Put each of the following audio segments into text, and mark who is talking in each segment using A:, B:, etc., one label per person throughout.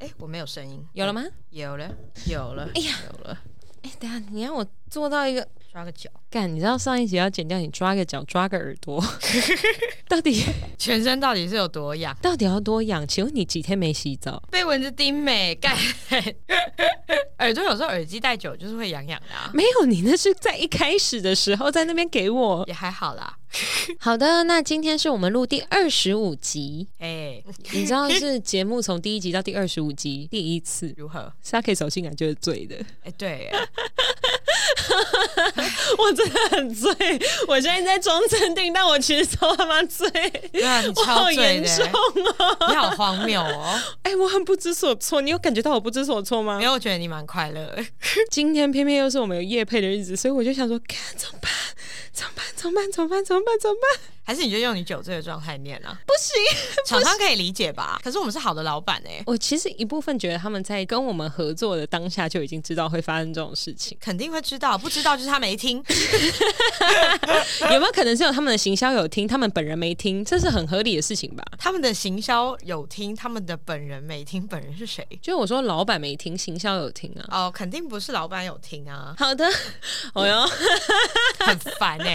A: 哎、我没有声音，哎
B: 有了吗？
A: 有了，有了，
B: 哎呀
A: 有了，
B: 哎、等一下你让我做到一个
A: 刷个脚，
B: 干，你知道上一集要剪掉你抓个脚抓个耳 朵，到底
A: 全身到底是有多痒？
B: 到底要多痒？请问你几天没洗 澡？
A: 被蚊子叮美 干，耳朵有时候耳机戴久就是会痒痒的、啊，
B: 没有，你那是在一开始的时候在那边给我。
A: 也还好啦。
B: 好的，那今天是我们录第二十五集，
A: 哎、
B: 你知道是节目从第一集到第二十五集第一次。
A: 如何？
B: 是他可以走进来就是醉 的，
A: 哎、对耶，
B: 我真的很醉。我现在在装镇定，但我其实超他妈醉，
A: 对 啊，你
B: 我
A: 超
B: 好
A: 醉
B: 严
A: 的
B: 重
A: 耶，
B: 哦！
A: 你好荒谬哦！
B: 哎、我很不知所措。你有感觉到我不知所措吗
A: 没？有，我觉得你蛮快乐的，
B: 今天偏偏又是我们有夜配的日子，所以我就想说，看怎么办？怎么办？怎么办？怎么办？怎么办？怎么办？
A: 还是你就用你酒醉的状态念啊？
B: 不行！
A: 厂商可以理解吧？可是我们是好的老板哎、，
B: 我其实一部分觉得他们在跟我们合作的当下就已经知道会发生这种事情
A: 肯定会知道，不知道就是他没听。
B: 有没有可能是有他们的行销有听，他们本人没听，这是很合理的事情吧？
A: 他们的行销有听，他们的本人没听，本人是 谁？
B: 就我说老板没听，行销有听啊。
A: 哦，肯定不是老板有听啊，
B: 好的， 哦哟，
A: 很烦 哎、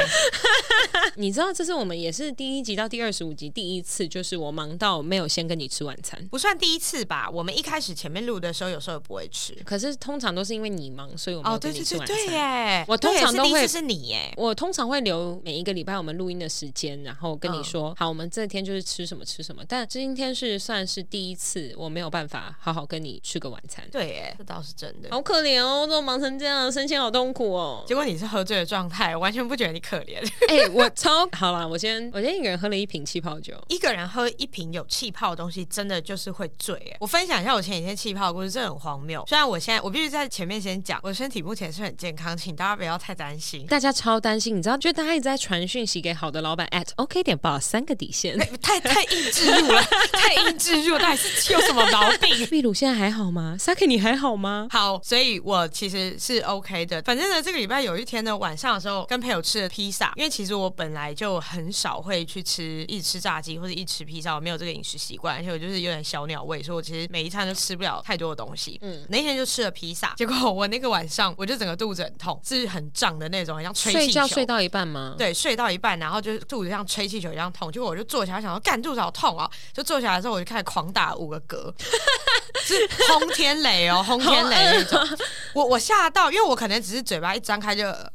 B: 你知道这是我们也是第一集到第二十五集第一次，就是我忙到没有先跟你吃晚餐，
A: 不算第一次吧？我们一开始前面录的时候，有时候也不会吃。
B: 可是通常都是因为你忙，所以我没
A: 哦，
B: 有
A: 对
B: 跟
A: 对
B: 你吃
A: 对
B: 晚餐。
A: 对耶，
B: 我通
A: 对
B: 常
A: 是
B: 都
A: 第一次
B: 会
A: 是你耶，
B: 我通常会留每一个礼拜我们录音的时间，然后跟你说，好，我们这天就是吃什么吃什么。但今天是算是第一次，我没有办法好好跟你吃个晚餐，
A: 对耶，这倒是真的。
B: 好可怜哦，都忙成这样，生鲜好痛苦哦。
A: 结果你是喝醉的状态，我完全不觉得你可 怜。
B: 哎、我超 好啦，我今天我今天一个人喝了一瓶气泡酒，
A: 一个人喝一瓶有气泡的东西，真的就是会醉耶。我分享一下我前几天气泡的故事，这很荒谬。虽然我现在我必须在前面先讲，我身体目前是很健康，请大家不要太担心。
B: 大家超担心，你知道，就大家一直在传讯息给好的老板 at OK 点 boss 三个底 线。
A: 太太硬植入 了，太硬植入了，到底是有什么毛病？
B: 哎秘鲁现在还好吗？Saki 你还好吗？
A: 好，所以我其实是 OK 的。反正呢，这个礼拜有一天呢，晚上的时候跟朋友吃了披萨，因为其实我本来就很少会去吃一直吃炸鸡或者一直吃披萨，我没有这个饮食习惯，而且我就是有点小鸟胃，所以我其实每一餐都吃不了太多的东西。嗯，那天就吃了披萨，结果我那个晚上我就整个肚子很痛，是很胀的那种，很像吹
B: 睡
A: 气
B: 觉
A: 球。
B: 睡到一半吗？
A: 对，睡到一半，然后就是肚子像吹气球一样痛，结果我就坐起来想说，干肚子好痛哦，就坐起来之后我就开始狂打五个嗝， 是轰天雷哦，轰天雷那种，我我吓到，因为我可能只是嘴巴一张开就，呃，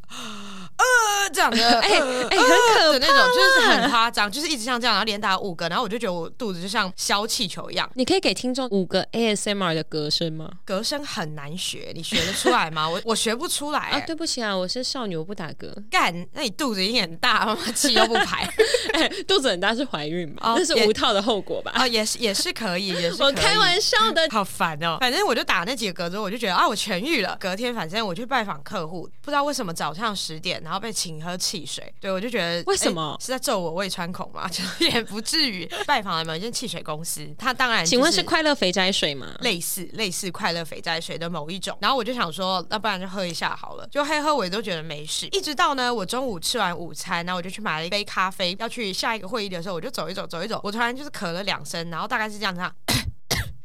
A: 这样的，哎、
B: 哎、很可欸
A: 的那种，就是很夸张，就是一直像这样，然后连打五个，然后我就觉得我肚子就像消气球一样，
B: 你可以给听众五个 ASMR 的歌声吗？
A: 隔声很难学，你学得出来吗？ 我我学不出来、
B: 啊，
A: 哎
B: 对不起啊，我是少女，我不打嗝。
A: 干，那你肚子已经很大了，气又不排
B: 哎，肚子很大是怀孕吧？
A: 哦
B: 那是无套的后果吧？
A: 啊、也是也是可以，也是可以
B: 我开玩笑的。
A: 好烦哦！反正我就打那几个嗝之后，我就觉得啊，我痊愈了。隔天反正我去拜访客户，不知道为什么早上十点，然后被请喝汽水，对我就觉得
B: 为什么
A: 诶是在咒我胃穿孔吗？ 就也不至于。拜访了某一间汽水公司，它当然、
B: 请问是。快乐肥宅水吗？
A: 类似类似快乐肥宅水的某一种，然后我就想说，那不然就喝一下好了。就黑喝我也都觉得没事，一直到呢，我中午吃完午餐，然后我就去买了一杯咖啡，要去下一个会议的时候，我就走一走走一走，我突然就是咳了两声，然后大概是这样子啊。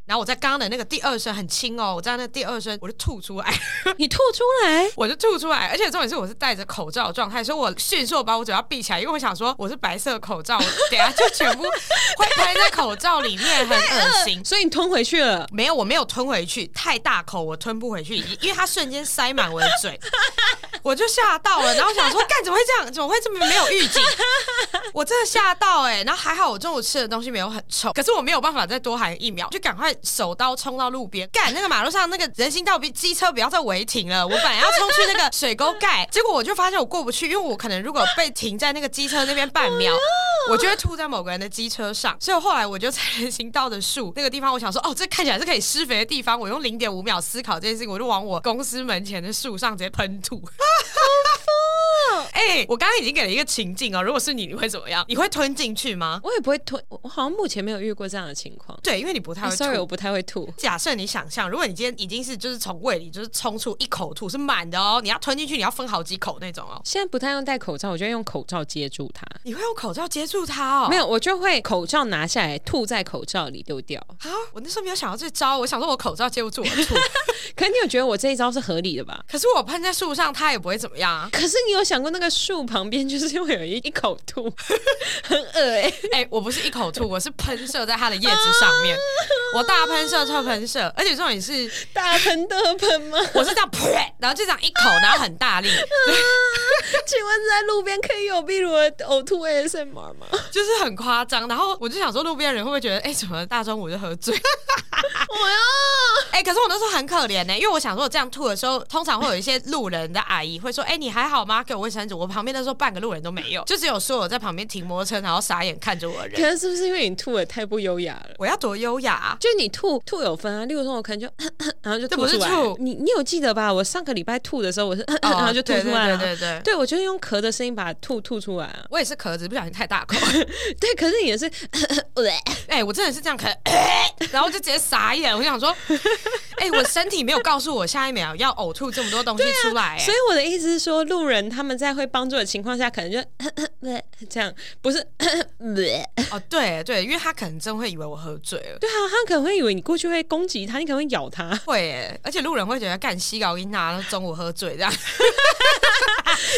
A: 然后我在刚刚的那个第二声很轻哦，我在那第二声我就吐出来，
B: 你吐出来？
A: 我就吐出来，而且重点是我是戴着口罩的状态，所以我迅速把我嘴巴闭起来，因为我想说我是白色口罩，我等下就全部会拍在口罩里面，很恶心。
B: 所以你吞回去了？
A: 没有，我没有吞回去，太大口我吞不回去，因为它瞬间塞满我的嘴， 我就吓到了，然后想说，干怎么会这样？怎么会这么没有预警？我真的吓到哎、然后还好我中午吃的东西没有很臭，可是我没有办法再多含一秒，就赶快手刀冲到路边，干那个马路上那个人行道比机车不要再违停了，我本来要冲去那个水沟盖，结果我就发现我过不去，因为我可能如果被停在那个机车那边半秒， 我就会吐在某个人的机车上，所以后来我就在人行道的树那个地方，我想说，哦，这看起来是可以施肥的地方，我用零点五秒思考这件事情，我就往我公司门前的树上直接喷吐。哎、 哎，我刚刚已经给了一个情境哦，如果是你，你会怎么样？你会吞进去吗？
B: 我也不会吞，我我好像目前没有遇过这样的情况。
A: 对，因为你不太
B: 啊
A: 会
B: sorry，我
A: 吐。
B: 不太会吐。
A: 假设你想象，如果你今天已经是就是从胃里就是冲出一口吐是满的哦，你要吞进去，你要分好几口那种哦。
B: 现在不太用戴口罩，我就会用口罩接住它。
A: 你会用口罩接住它哦？
B: 没
A: 有
B: 有，我就会口罩拿下来，吐在口罩里丢掉。
A: 啊，我那时候没有想到这招，我想说我口罩接不住我吐，
B: 可你有觉得我这一招是合理的吧？
A: 可是我喷在树上，它也不会怎么样 啊。
B: 可是你有想过那个树旁边就是会有一一口吐，很恶哎、
A: 哎、我不是一口吐，我是喷射在它的叶子上面，我大喷射、特喷射，而且重点是
B: 大喷特喷吗？
A: 我是这样噗，然后就这样一口，然后很大力，
B: 请问在路边可以有壁炉的呕吐 ASMR 吗？
A: 就是很夸张。然后我就想说，路边人会不会觉得，哎、怎么大中午就喝醉？
B: 我要
A: 哎、可是我那时候很可怜呢、因为我想说，我这样吐的时候，通常会有一些路人的阿姨会说，哎、你还好吗？给我卫生纸。我旁边那时候半个路人都没有，就只有说我在旁边停摩托车，然后傻眼看着我的人。
B: 可是是不是因为你吐的太不优雅了？
A: 我要多优雅、啊！
B: 就你吐吐有分啊，例如说我可能就 然后就
A: 这
B: 吐
A: 不是
B: 出来
A: 吐。
B: 你你有记得吧？我上个礼拜吐的时候，我是呃然后就吐出来了。
A: 哦对对对对对
B: 我就是用咳的声音把吐吐出来 啊。
A: 我也是咳，只是不小心太大口。
B: 对，可是你也是， 呃
A: 哎、我真的是这样咳， 然后就直接傻眼。我想说， 哎、我身体没有告诉我下一秒要呕吐这么多东西出来、哎
B: 啊所以我的意思是说，路人他们在会帮助的情况下，可能就 呃这样，不是对啊，
A: 哦，对对，因为他可能真会以为我喝醉了。
B: 他可能会以为你过去会攻击他，你可能会咬他。
A: 会哎，而且路人会觉得干西搞音啊，中午喝醉这样，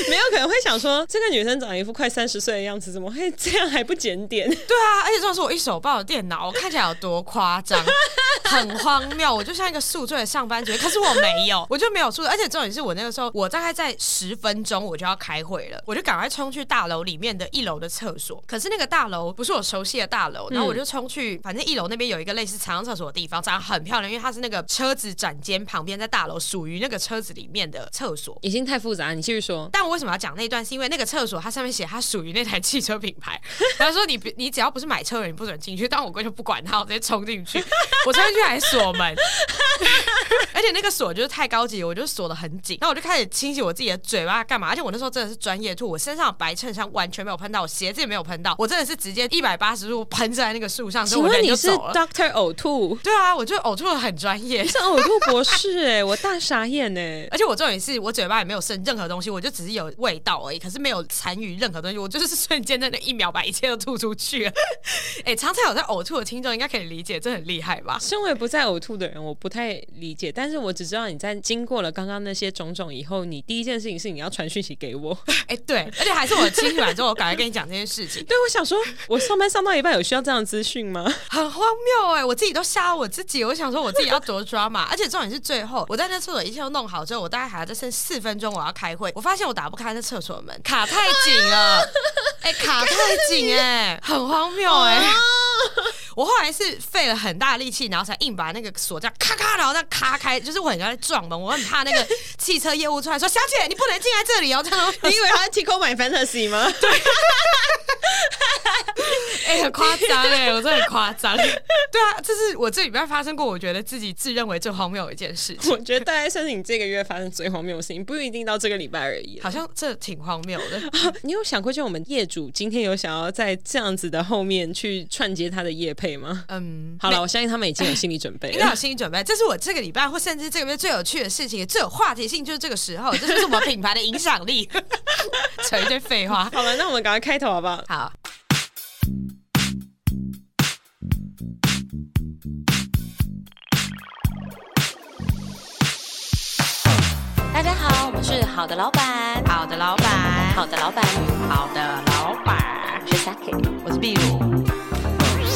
B: 没有可能会想说，这个女生长一副快三十岁的样子，怎么会这样还不检点？
A: 对啊，而且这是我一手抱着电脑，我看起来有多夸张，很荒谬，我就像一个宿醉的上班族，可是我没有，我就没有宿醉，而且重点是我那个时候，我大概在十分钟我就要开会了，我就赶快冲去大楼里面的一楼的厕所，可是那个大楼不是我熟悉的大楼，然后我就冲去，反正一楼那边有一个类似长厕所的地方，长得很漂亮，因为它是那个车子展间旁边，在大楼属于那个车子里面的厕所，
B: 已经太复杂，你继续说。
A: 但我为什么要讲那段？是因为那个厕所它上面写它属于那台汽车品牌， 他说你不你只要不是买车人，你不准进去。但我根本就不管它，我直接冲进去， 我冲进去还锁门， 而且那个锁就是太高级，我就锁的很紧。然后我就开始清洗我自己的嘴巴干嘛？而且我那时候真的是专业吐，我身上的白衬衫完全没有喷到，我鞋子也没有喷到，我真的是直接一百八十度喷在那个树上，所以
B: 请
A: 我
B: 问
A: 人
B: 你
A: 就是走了。
B: Doctor 呕吐？
A: 对啊，我就呕吐的很专业
B: 你，是呕吐博士哎、 我大傻眼哎、
A: 而且我重点是我嘴巴也没有剩任何东西，我就只是有味道而已，可是没有残余任何东西，我就是瞬间在那一秒把一切都吐出去 了。哎、常常有在呕吐的听众应该可以理解，这很厉害吧？
B: 身为不再呕吐的人，我不太理解，但是我只知道你在经过了刚刚那些种种以后，你第一件事情是你要传讯息给我。
A: 哎、对，而且还是我清醒完之后，我赶快跟你讲这件事情，
B: 对，我想说，我上班上到一半有需要这样的资讯吗？
A: 很荒谬哎、我自己都吓我自己，我想说我自己要多抓 嘛，而且重点是最后我在那厕所一切都弄好之后，我大概还要再剩四分钟我要开会，我发现我打不开那厕所门，卡太紧了，哎、卡太紧哎、很荒谬哎、 我后来是费了很大力气，然后才硬把那个锁这样咔咔，然后这样咔开，就是我很像在撞门，我很怕那个汽车业务出来说：“小姐，你不能进来这里哦。”这样，
B: 你以为他 Tico 买 Fantasy 吗？
A: 哎、很夸张哎，我真的很夸张。 对啊，这是我这里面发生过，我觉得自己自认为最荒谬的一件事情，
B: 我觉得大概算是你这个月发生最荒谬的事情，不一定到这个礼拜而已。
A: 好像这挺荒谬的。
B: 你有想过，就我们业主今天有想要在这样子的后面去串接他的业配吗？
A: 嗯，
B: 好了，我相信他们已经有心理准备
A: 应该
B: 了
A: 有。心理准备。这是我这个礼拜或甚至这个月最有趣的事情，最有话题性就是这个时候，这就是我们品牌的影响力。 扯一堆废话。
B: 好了，那我们赶快开头好不好？
A: 好，
C: 大家好，我们是好的老板，
A: 好的，老板，
C: 好的老板，
A: 好的，老板，
C: 我是 Saki。
A: 我是壁如。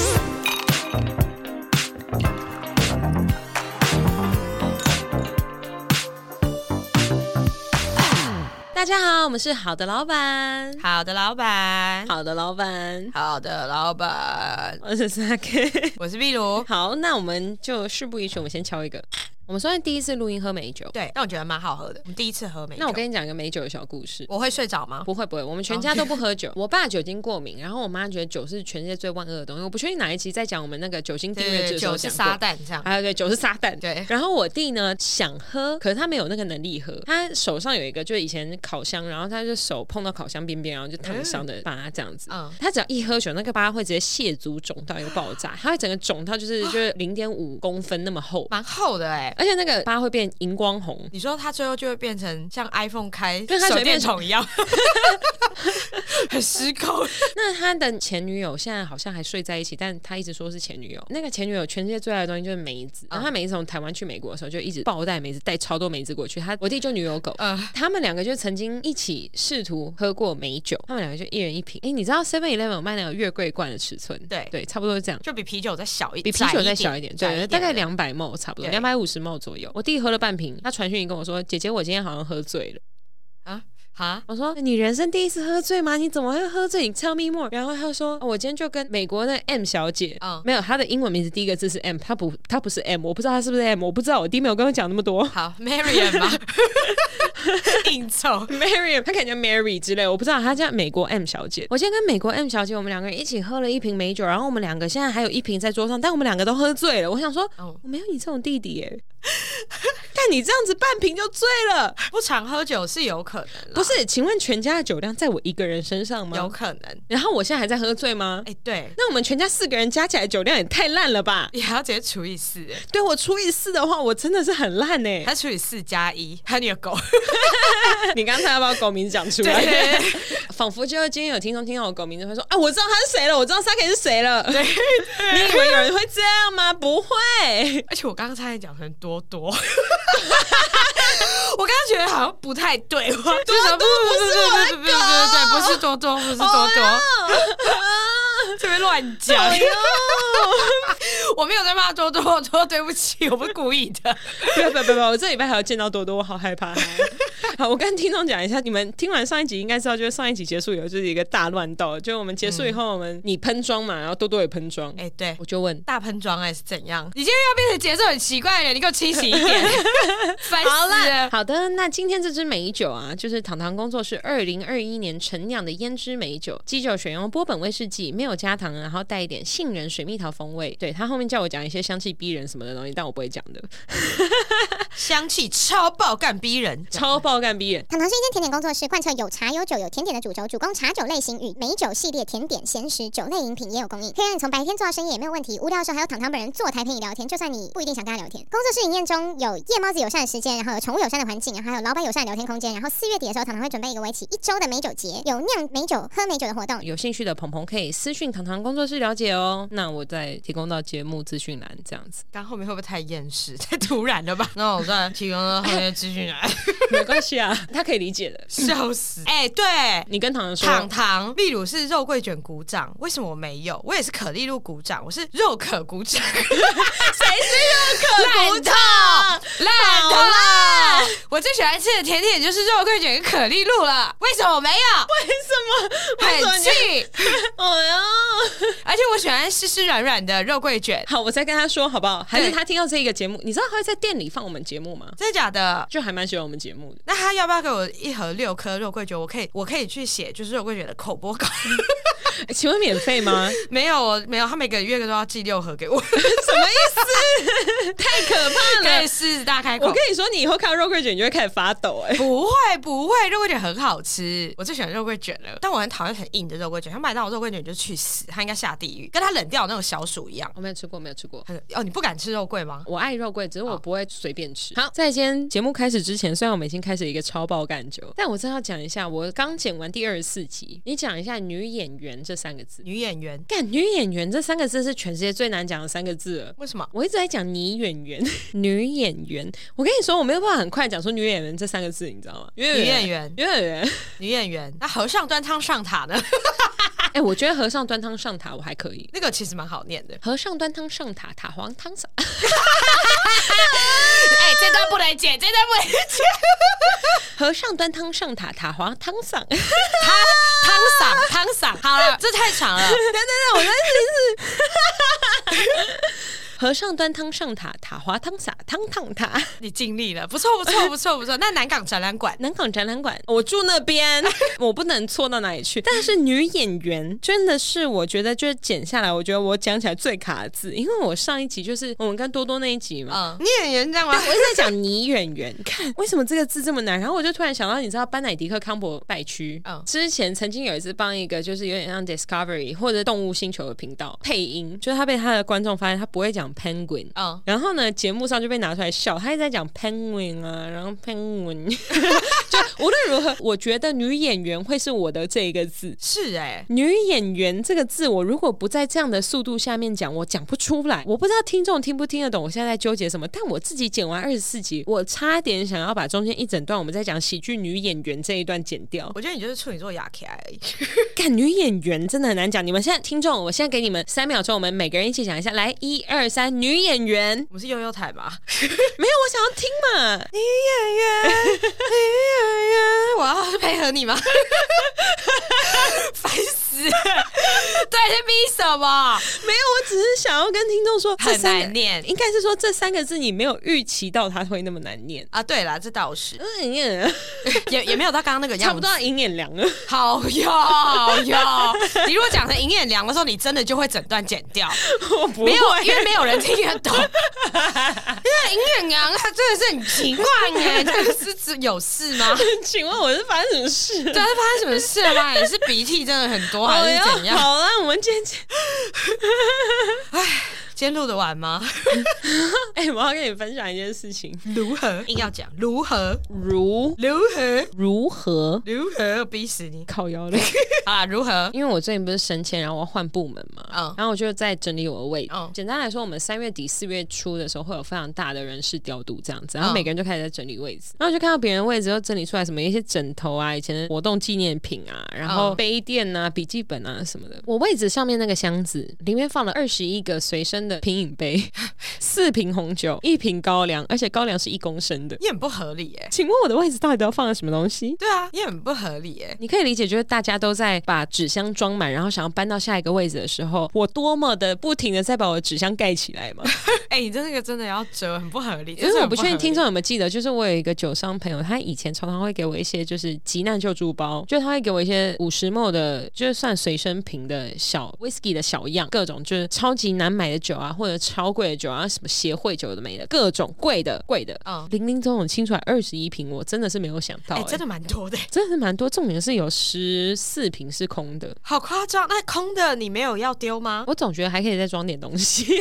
B: 大家好，我们是好的老板，
A: 好的，老板。
B: 好的老板，
A: 好的，老板，
B: 我是 Saki。
A: 我是壁炉。
B: 好，那我们就事不宜迟，我们先敲一个。我们算是第一次录音喝美酒。
A: 对，但我觉得蛮好喝的。我们第一次喝美酒，
B: 那我跟你讲一个美酒的小故事。
A: 我会睡着吗？
B: 不会不会，我们全家都不喝酒。我爸酒精过敏，然后我妈觉得酒是全世界最万恶的东西。我不确定哪一集在讲我们那个酒精订阅制
A: 对，
B: 的时候
A: 酒是
B: 讲
A: 撒
B: 过。
A: 旦这样。
B: 啊，对，酒是撒旦。
A: 对
B: 然后我弟呢想喝，可是他没有那个能力喝。他手上有一个，就是以前烤箱，然后他就手碰到烤箱边边，然后就烫伤的疤这样子。
A: 嗯
B: 他只要一喝酒，那个疤会直接蟹足肿到一个爆炸，它会整个肿到就是就是零点五公分那么厚，
A: 蛮厚的哎、
B: 而且那个疤会变荧光红。
A: 你说它最后就会变成像 iPhone 开
B: 跟它
A: 手
B: 随便
A: 电筒一 样，很失控。
B: 那他的前女友现在好像还睡在一起，但他一直说是前女友。那个前女友全世界最爱的东西就是梅子，然后他每次从台湾去美国的时候，就一直爆带梅子，带超多梅子过去。他我弟就女友狗，
A: 嗯
B: 他们两个就曾经一起试图喝过美酒，他们两个就一人一瓶。诶，你知道 Seven Eleven 有卖那个月桂罐的尺寸？
A: 对
B: 对，差不多是这样。
A: 就比啤酒再小一，
B: 比啤酒再小一点，
A: 窄
B: 对，大概
A: 的
B: 两百 ml 差不多，
A: 对
B: 两百五十 ml 左右。我弟喝了半瓶，他传讯息跟我说：“姐姐，我今天好像喝醉了。”
A: 啊啊，
B: 我说你人生第一次喝醉吗？你怎么会喝醉？你 tell me more。然后他说、哦我今天就跟美国那 M 小姐，
A: 嗯。
B: 没有，她的英文名字第一个字是 M，她不，她不是 M，我不知道她是不是 M，我不知道，我弟没有跟我讲那么多
A: 好 Marian 吧，应酬
B: Mary，她感觉 Mary 之类，我不知道她叫美国 M 小姐。我今天跟美国 M 小姐，我们两个人一起喝了一瓶美酒，然后我们两个现在还有一瓶在桌上，但我们两个都喝醉了。我想说，
A: 嗯
B: 我没有你这种弟弟耶、 但你这样子半瓶就醉了，
A: 不常喝酒是有可能啦，
B: 不是？请问全家的酒量在我一个人身上吗？
A: 有可能。
B: 然后我现在还在喝醉吗？
A: 哎、对，
B: 那我们全家四个人加起来酒量也太烂了吧？
A: 也要直接除以 四、哎
B: 对我除以四的话，我真的是很烂哎、
A: 还除以四加一，还有你的狗，
B: 你刚才要把我狗名字讲出
A: 对
B: 来，
A: 对对
B: 仿佛就是今天有听众听到我狗名字会说啊，我知道他是谁了，我知道 Saki 是谁了。对，你以为有人会这样吗？不会。
A: 而且我刚刚差点讲成多多， 我刚刚觉得好像不太对，多多不是不是哦不是不是不是对，不是多多，不是多 多，这边乱讲，
B: 哎呦，
A: 我没有在骂多多，多多对不起，我不是故意的。
B: 不要不要不要！我这礼拜还要见到多多，我好害怕。好，我跟听众讲一下，你们听完上一集应该知道，就是上一集结束以后就是一个大乱斗，就我们结束以后，我们、你喷妆嘛，然后多多也喷妆，
A: 哎、对
B: 我，就问
A: 大喷妆哎是怎样？你今天要变成节奏很奇怪了，你给我清醒一点，烦
B: 好
A: 死
B: 啦，
A: 了。
B: 好的，那今天这支美酒啊，就是糖糖工作室二零二一年陈酿的胭脂美酒，基酒选用波本威士忌，没有加糖，然后带一点杏仁、水蜜桃风味。对他后面叫我讲一些香气逼人什么的东西，但我不会讲的，
A: 香气超爆干逼人，
B: 超爆干逼人。
D: 糖糖是一间甜点工作室，贯彻有茶有酒有甜点的主轴，主攻茶酒类型与美酒系列甜点、咸食、酒类饮品也有供应，可以让你从白天做到深夜也没有问题。无聊的时候还有糖糖本人坐台陪你聊天，就算你不一定想跟他聊天。工作室营业中有夜猫子友善的时间，然后有宠物友善的环境，然后还有老板友善的聊天空间。然后四月底的时候，糖糖会准备一个为期一周的美酒节，有酿美酒、喝美酒的活动。
B: 有兴趣的鹏鹏可以私讯糖糖工作室了解哦。那我再提供到节目资讯栏这样 子，
A: 刚后面会不会太厌世、 太突然了吧？那我再提供后面资讯来，
B: 没关系啊，他可以理解的。
A: 笑死！哎、对，
B: 你跟糖糖说，
A: 糖糖、秘鲁是肉桂卷鼓掌，为什么我没有？我也是可丽露鼓掌，我是肉可鼓掌，谁是肉可鼓掌？烂透了！我最喜欢吃的甜点就是肉桂卷跟可丽露了，为什么我没有？
B: 为什么？为什么
A: 很
B: 你？
A: 气！
B: 哎呀！
A: 而且我喜欢湿湿软软的肉桂卷，
B: 好，我再跟他说好不好？还是
A: 对
B: 他听到这个节目，你知道他会在店里放我们节目吗？
A: 真的假的？
B: 就还蛮喜欢我们节目的。
A: 那他要不要给我一盒六颗肉桂卷？我可以，我可以去写，就是肉桂卷的口播稿。
B: 诶 请问免费吗？
A: 没有，我没有，他每个月都要寄六盒给我，
B: 什么意思？太可怕
A: 可
B: 了
A: 以！狮子大开口
B: 我跟。你说，你以后看到肉桂卷，你就会开始发抖、哎，
A: 不会不会，肉桂卷很好吃，我最喜欢肉桂卷了。但我很讨厌很硬的肉桂卷，像麦当劳肉桂卷就去死，它应该下地狱，跟它冷掉的那种小薯一样。
B: 我没有吃过，没有吃过。
A: 它就哦，你不敢吃肉桂吗？
B: 我爱肉桂，只是我不会随便吃。好，在今天节目开始之前，虽然我们已经开始一个超爆干酒，但我真的要讲一下，我刚剪完第二十四集，你讲一下“女演员”这三个字。
A: 女演员
B: 干“女演员”这三个字是全世界最难讲的三个字了。
A: 为什么？
B: 我一直在讲女演员， 女演员。我跟你说，我没有办法很快讲出女演员这三个字，你知道吗？女
A: 女演，员，
B: 女演员。
A: 女演员。那和尚端汤上塔呢？
B: 哎、我觉得和尚端汤上塔我还可以。
A: 那个其实蛮好 念的。
B: 和尚端汤上塔，塔黄汤上。
A: 哎、这段不能剪，这段不能 剪。
B: 和尚端汤上塔，塔黄汤上。等
A: 汤嗓，汤嗓。好了，这太长了。
B: 等等，我在试试。 和尚端汤上塔，塔滑汤洒汤烫塔。
A: 你尽力了，不错不错不错不错。那南港展览馆
B: 南港展览馆，我住那边， 我不能错到哪里去。但是女演员真的是，我觉得就是剪下来，我觉得我讲起来最卡的字，因为我上一集就是我们跟多多那一集嘛。
A: 嗯，你演员这样吗
B: 对，？我一直在讲女演员，看为什么这个字这么难？然后我就突然想到，你知道班乃迪克康伯拜区，
A: 嗯
B: 之前曾经有一次帮一个就是有点像 Discovery 或者动物星球的频道配音，就是他被他的观众发现他不会讲 penguin，
A: 嗯，
B: 然后呢，节目上就被拿出来笑，他一直在讲 penguin 啊，然后 penguin，就 无论如何，我觉得女演员会是我的这一个字。
A: 是哎、
B: 女演员这个字，我如果不在这样的速度下面讲，我讲不出来。我不知道听众听不听得懂，我现在在纠结什么。但我自己剪完二十四集，我差点想要把中间一整段我们在讲喜剧女演员这一段剪掉。
A: 我觉得你就是处女座雅克而已。
B: 干女演员真的很难讲。你们现在听众，我现在给你们三秒钟，我们每个人一起讲一下，来，一二三，女演员，
A: 我们是悠悠台吧？
B: 没有，我想要听嘛。
A: 演员，演员，哎我要配合你吗？烦死了！对，在逼什么？
B: 没有，我只是想要跟听众说，这
A: 很
B: 三个
A: 难念
B: 应该是说这三个字你没有预期到它会那么难念。
A: 啊，对啦，这倒是，
B: 嗯，嗯
A: 也也没有到刚刚那个样子，
B: 差不多要银眼良了。
A: 好哟好哟，你如果讲成银眼良的时候，你真的就会整段剪掉，
B: 我不
A: 没
B: 会，
A: 有，因为没有人听得懂。因为银眼良他真的是很奇怪 耶，这个是指有事吗？
B: 请问我是发生什么事
A: 对，？他发生什么事了吗？也是鼻涕真的很多还
B: 哎呦
A: 是怎样？
B: 好啦，我们今天，
A: 今天录得完吗？
B: 哎、我要跟你分享一件事情，
A: 如何？硬要讲如何？
B: 如
A: 如何？
B: 如何
A: 如何？逼死 你
B: 靠腰嘞？
A: 啊！如何？
B: 因为我最近不是升迁，然后我要换部门嘛，
A: 嗯
B: 然后我就在整理我的位置。
A: 嗯
B: 简单来说，我们三月底四月初的时候会有非常大的人事调度这样子，然后
A: 嗯
B: 每个人就开始在整理位置，然后就看到别人的位置又整理出来什么一些枕头啊、以前的活动纪念品啊，然后
A: 嗯
B: 杯垫啊、笔记本啊什么的。我位置上面那个箱子里面放了二十一个随身的品饮杯， 四瓶红酒，一瓶高粱，而且高粱是一公升的。
A: 你很不合理耶、
B: 请问我的位置到底都要放了什么东西？
A: 对啊，你很不合理耶、
B: 你可以理解，就是大家都在把纸箱装满，然后想要搬到下一个位置的时候，我多么的不停的在把我的纸箱盖起来嘛。
A: 哎、你这个真的要折，很不合理。
B: 因为我 不
A: 这
B: 确
A: 是很合
B: 定
A: 理
B: 听众有没有记得，就是我有一个酒商朋友，他以前常常会给我一些就是急难救助包，就是他会给我一些五十 ml 的，就是算随身瓶的小 whisky 的小样，各种就是超级难买的酒啊，或者超贵的酒啊，什么协会酒的没的，各种贵的贵的，
A: 嗯
B: 零零总总清出来二十一瓶，我真的是没有想到、
A: 哎、
B: 欸
A: 真的蛮多的、
B: 真的是蛮多，重点是有十四瓶是空的，
A: 好夸张。那空的你没有要丢 吗？
B: 我总觉得还可以再装点东西。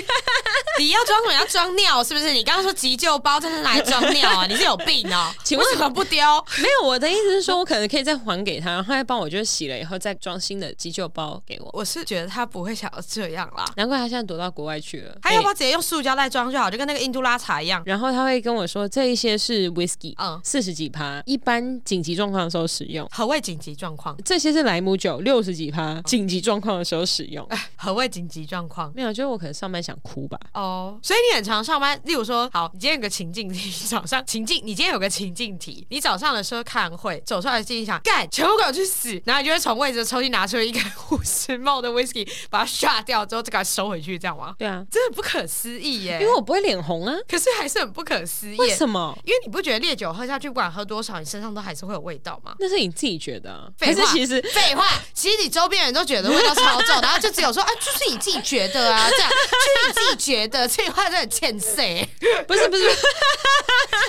A: 你要装什么？要装尿是不是？你刚刚说急救包，但是拿来装尿 啊？你是有病哦、
B: 请问
A: 为什么不丢？
B: 没有，我的意思是 说，我可能可以再还给他，然后他再帮我就是洗了以后再装新的急救包给我。
A: 我是觉得他不会想要这样啦。
B: 难怪他现在躲到国外去了。
A: 他要不要
B: 哎
A: 直接用塑胶袋装就好，就跟那个印度拉茶一样？
B: 然后他会跟我说，这一些是 whisky，
A: 嗯
B: 四十几趴，一般紧急状况的时候使用；
A: 何谓紧急状况？
B: 这些是莱姆酒，六十几趴，紧急状况的时候使用。
A: 何谓紧急状况？
B: 没有，就是我可能上班想哭吧。
A: 哦所以你很常上班，例如说，好，你今天有个情境题，早上情境，你今天有个情境题，你早上的时候看会，走出来心里想，干，全部给我去死，然后你就会从位置的抽屉拿出一个五十冒的 whisky，把它刷掉之后，再给它收回去，这样吗？
B: 对啊，
A: 真的不可思议耶！
B: 因为我不会脸红啊。
A: 可是还是很不可思议
B: 为
A: 耶，
B: 什么？
A: 因为你不觉得烈酒喝下去，不管喝多少，你身上都还是会有味道吗？
B: 那是你自己觉得、啊，还
A: 废
B: 是
A: 话，
B: 其 实
A: 废话，其实你周边人都觉得味道超重，然后就只有说啊，就是你自己觉得啊，这样就是你自己觉得，这句话真的很欠谁？
B: 不是不 是？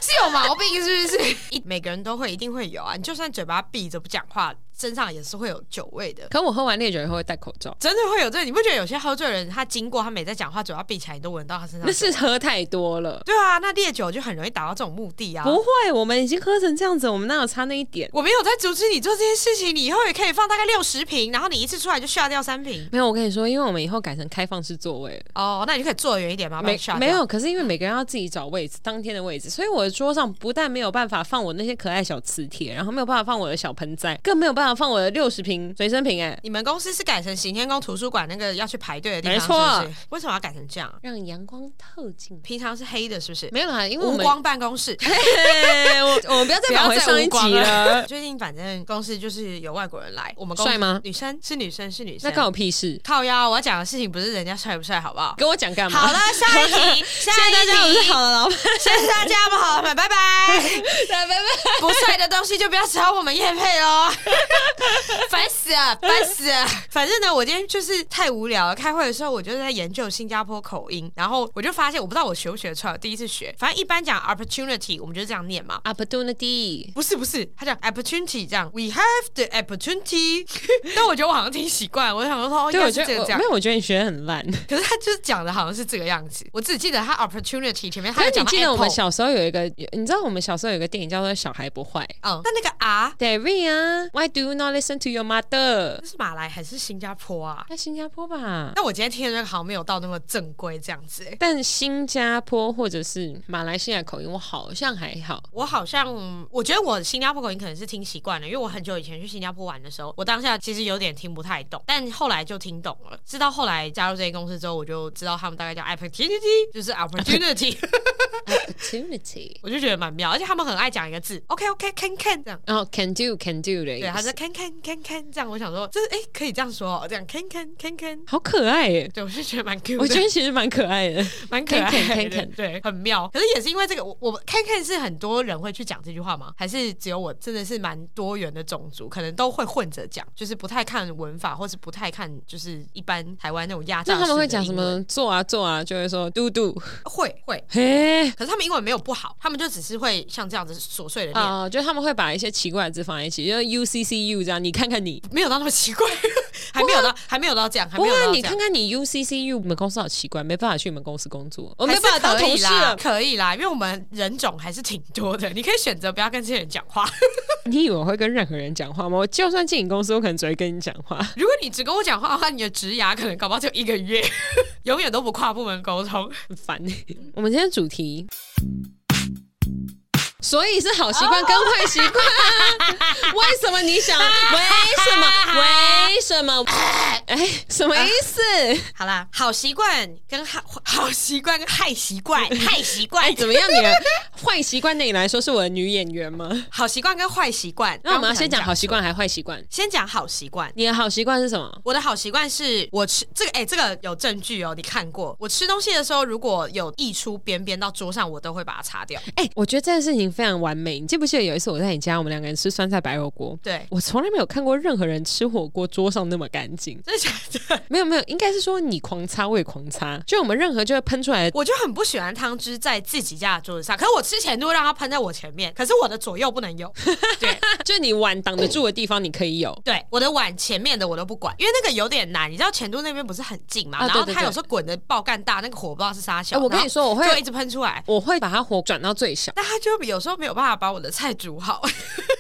A: 是有毛病是不是？ 一每个人都会一定会有啊，你就算嘴巴闭着不讲话，身上也是会有酒味的。
B: 可我喝完烈酒以后会戴口罩，
A: 真的会有这，你不觉得有些喝醉的人，他经过他没在讲话，嘴巴闭起来，你都闻到他身上
B: 那
A: 的酒味。
B: 是喝太多了。
A: 对啊，那烈酒就很容易达到这种目的啊。
B: 不会，我们已经喝成这样子，我们哪有差那一点？
A: 我没有在阻止你做这件事情，你以后也可以放大概六十瓶，然后你一次出来就下掉三瓶。
B: 没有，我跟你说，因为我们以后改成开放式座位了，
A: 哦，那你就可以坐远一点嘛，把
B: 没
A: 你下掉
B: 没有，可是因为每个人要自己找位置，当天的位置，所以我的桌上不但没有办法放我那些可爱小磁铁，然后没有办法放我的小盆栽，更没有办法上放我的六十瓶随身瓶、哎，
A: 你们公司是改成行天宫图书馆那个要去排队的地方，
B: 没错啊
A: 是不是为什么要改成这样啊？
B: 让阳光透进。
A: 平常是黑的，是不是？
B: 没有啦，因为我
A: 无
B: 们
A: 光办公室，
B: 嘿 我我们不要再
A: 不要
B: 返回
A: 再
B: 上
A: 无
B: 一
A: 光
B: 集 了。
A: 最近反正公司就是有外国人来，我们公司
B: 帅吗？
A: 女生是女生是女 生，
B: 那关我屁事，
A: 靠腰。我要讲的事情不是人家帅不帅，好不好？
B: 跟我讲干 嘛？
A: 好了，，下一 题，下
B: 现在大家
A: 一
B: 不
A: 题
B: 是，好了，老板，
A: 谢谢大家，我们好了，拜拜。
B: 拜拜。
A: 不帅的东西就不要找我们叶配喽， 烦死了，烦死了。反正呢，我今天就是太无聊了。开会的时候，我就在研究新加坡口音，然后我就发现，我不知道我学不学得出来，我第一次学。反正一般讲 opportunity，我们就这样念嘛。
B: Opportunity，
A: 不是不是，他讲 opportunity 这样，we have the opportunity 。 但我觉得我好像听习惯了，我想说哦，应
B: 对，我
A: 该是
B: 觉
A: 这
B: 得
A: 个
B: 我
A: 这样
B: 没。有，我觉得你学的很烂。
A: 可是他就是讲的好像是这个样子，我只记得他 opportunity 前面
B: 可
A: 他
B: 是
A: 讲
B: 你
A: 到
B: 记得我
A: apple
B: 们小时候有一个，你知道我们小时候有一个电影叫做《小孩不坏》
A: 嗯，但那个 R
B: ，Daria，Why do you not listen to your mother？
A: 那是马来还是新加坡啊？
B: 在新加坡吧。
A: 那我今天听的这个好像没有到那么正规这样子、欸，
B: 但新加坡或者是马来西亚口音，我好像还好。
A: 我好像我觉得我新加坡口音可能是听习惯了，因为我很久以前去新加坡玩的时候，我当下其实有点听不太懂，但后来就听懂了。直到后来加入这间公司之后，我就知道他们大概叫 opportunity，就是 opportunity，
B: Opportunity，
A: 我就觉得蛮妙，而且他们很爱讲一个字，OK OK can can 这样。
B: 然后哦 can do，can do 的意思，
A: 对，他说 can can can can 这样，我想说，这哎、诶可以这样说、哦，这样 can can can can，
B: 好可爱耶。
A: 对我就觉得蛮 Q 的。
B: 我觉得其实蛮可爱的，
A: 蛮可爱的
B: Kanken Kanken
A: 对，很妙。可是也是因为这个，我我 Kanken 是很多人会去讲这句话吗？还是只有我真的是蛮多元的种族，可能都会混着讲，就是不太看文法，或是不太看就是一般台湾那种压榨。
B: 那他们会讲什？么做啊做啊，就会说嘟嘟，
A: 会会。
B: 嘿
A: 可是他们英文没有不好，他们就只是会像这样子琐碎的念，
B: 啊、就他们会把一些奇怪的字放在一起，就是 U C C U 这样，你看看你，
A: 没有到那么奇怪， 还没有到还没有到这样，还
B: 不
A: 没
B: 会
A: 有
B: 啊，
A: 到这
B: 你看
A: 样。
B: 看你 U C C U，我们公司好奇怪，没办法去你们公司工作，我
A: 我
B: 没办法当同事啊
A: 啦，
B: 了。
A: 可以啦，因为我们人种还是挺多的，你可以选择不要跟这些人讲话。
B: 你以为我会跟任何人讲话吗？我就算进你公司，我可能只会跟你讲话。
A: 如果你只跟我讲话的话，你的职涯可能搞不好就一个月， 永远都不跨部门沟通。
B: 很烦。我们今天主题。所以是好习惯跟坏习惯，为什么你想？为什么？为什么？哎，什么意思？
A: 好啦，好习惯跟好好习惯跟害习 惯，害习惯
B: 哎，怎么样？你的 坏习惯对你来说是我的女演员吗？
A: 好习惯跟坏习惯。
B: 那我们要先讲好习
A: 惯，
B: 惯还是坏习惯？
A: 先讲好习惯。
B: 你的好习惯是什么？
A: 我的好习惯是我吃这个，哎、这个有证据哦，你看过。我吃东西的时候，如果有溢出边边到桌上，我都会把它擦掉。
B: 哎、我觉得这件事情非常完美。你记不记得有一次我在你家，我们两个人吃酸菜白火锅？
A: 对，
B: 我从来没有看过任何人吃火锅桌上那么干净。
A: 真的假的？
B: 没有没有，应该是说你狂擦，我也狂擦，就我们任何就会喷出来的。
A: 我就很不喜欢汤汁在自己家的桌子上，可是我吃前都会让它喷在我前面，可是我的左右不能有。 对，
B: 就你碗挡得住的地方，你可以有。
A: 对，我的碗前面的我都不管，因为那个有点难。你知道前都那边不是很近嘛，
B: 啊
A: 然后
B: 对对
A: 它
B: 对
A: 有时候滚的爆干大，那个火不知道是啥小、
B: 哎我跟你说我会
A: 然后就一直喷出来。
B: 我会把它火转到最小。
A: 但它就有时候没有办法把我的菜煮好，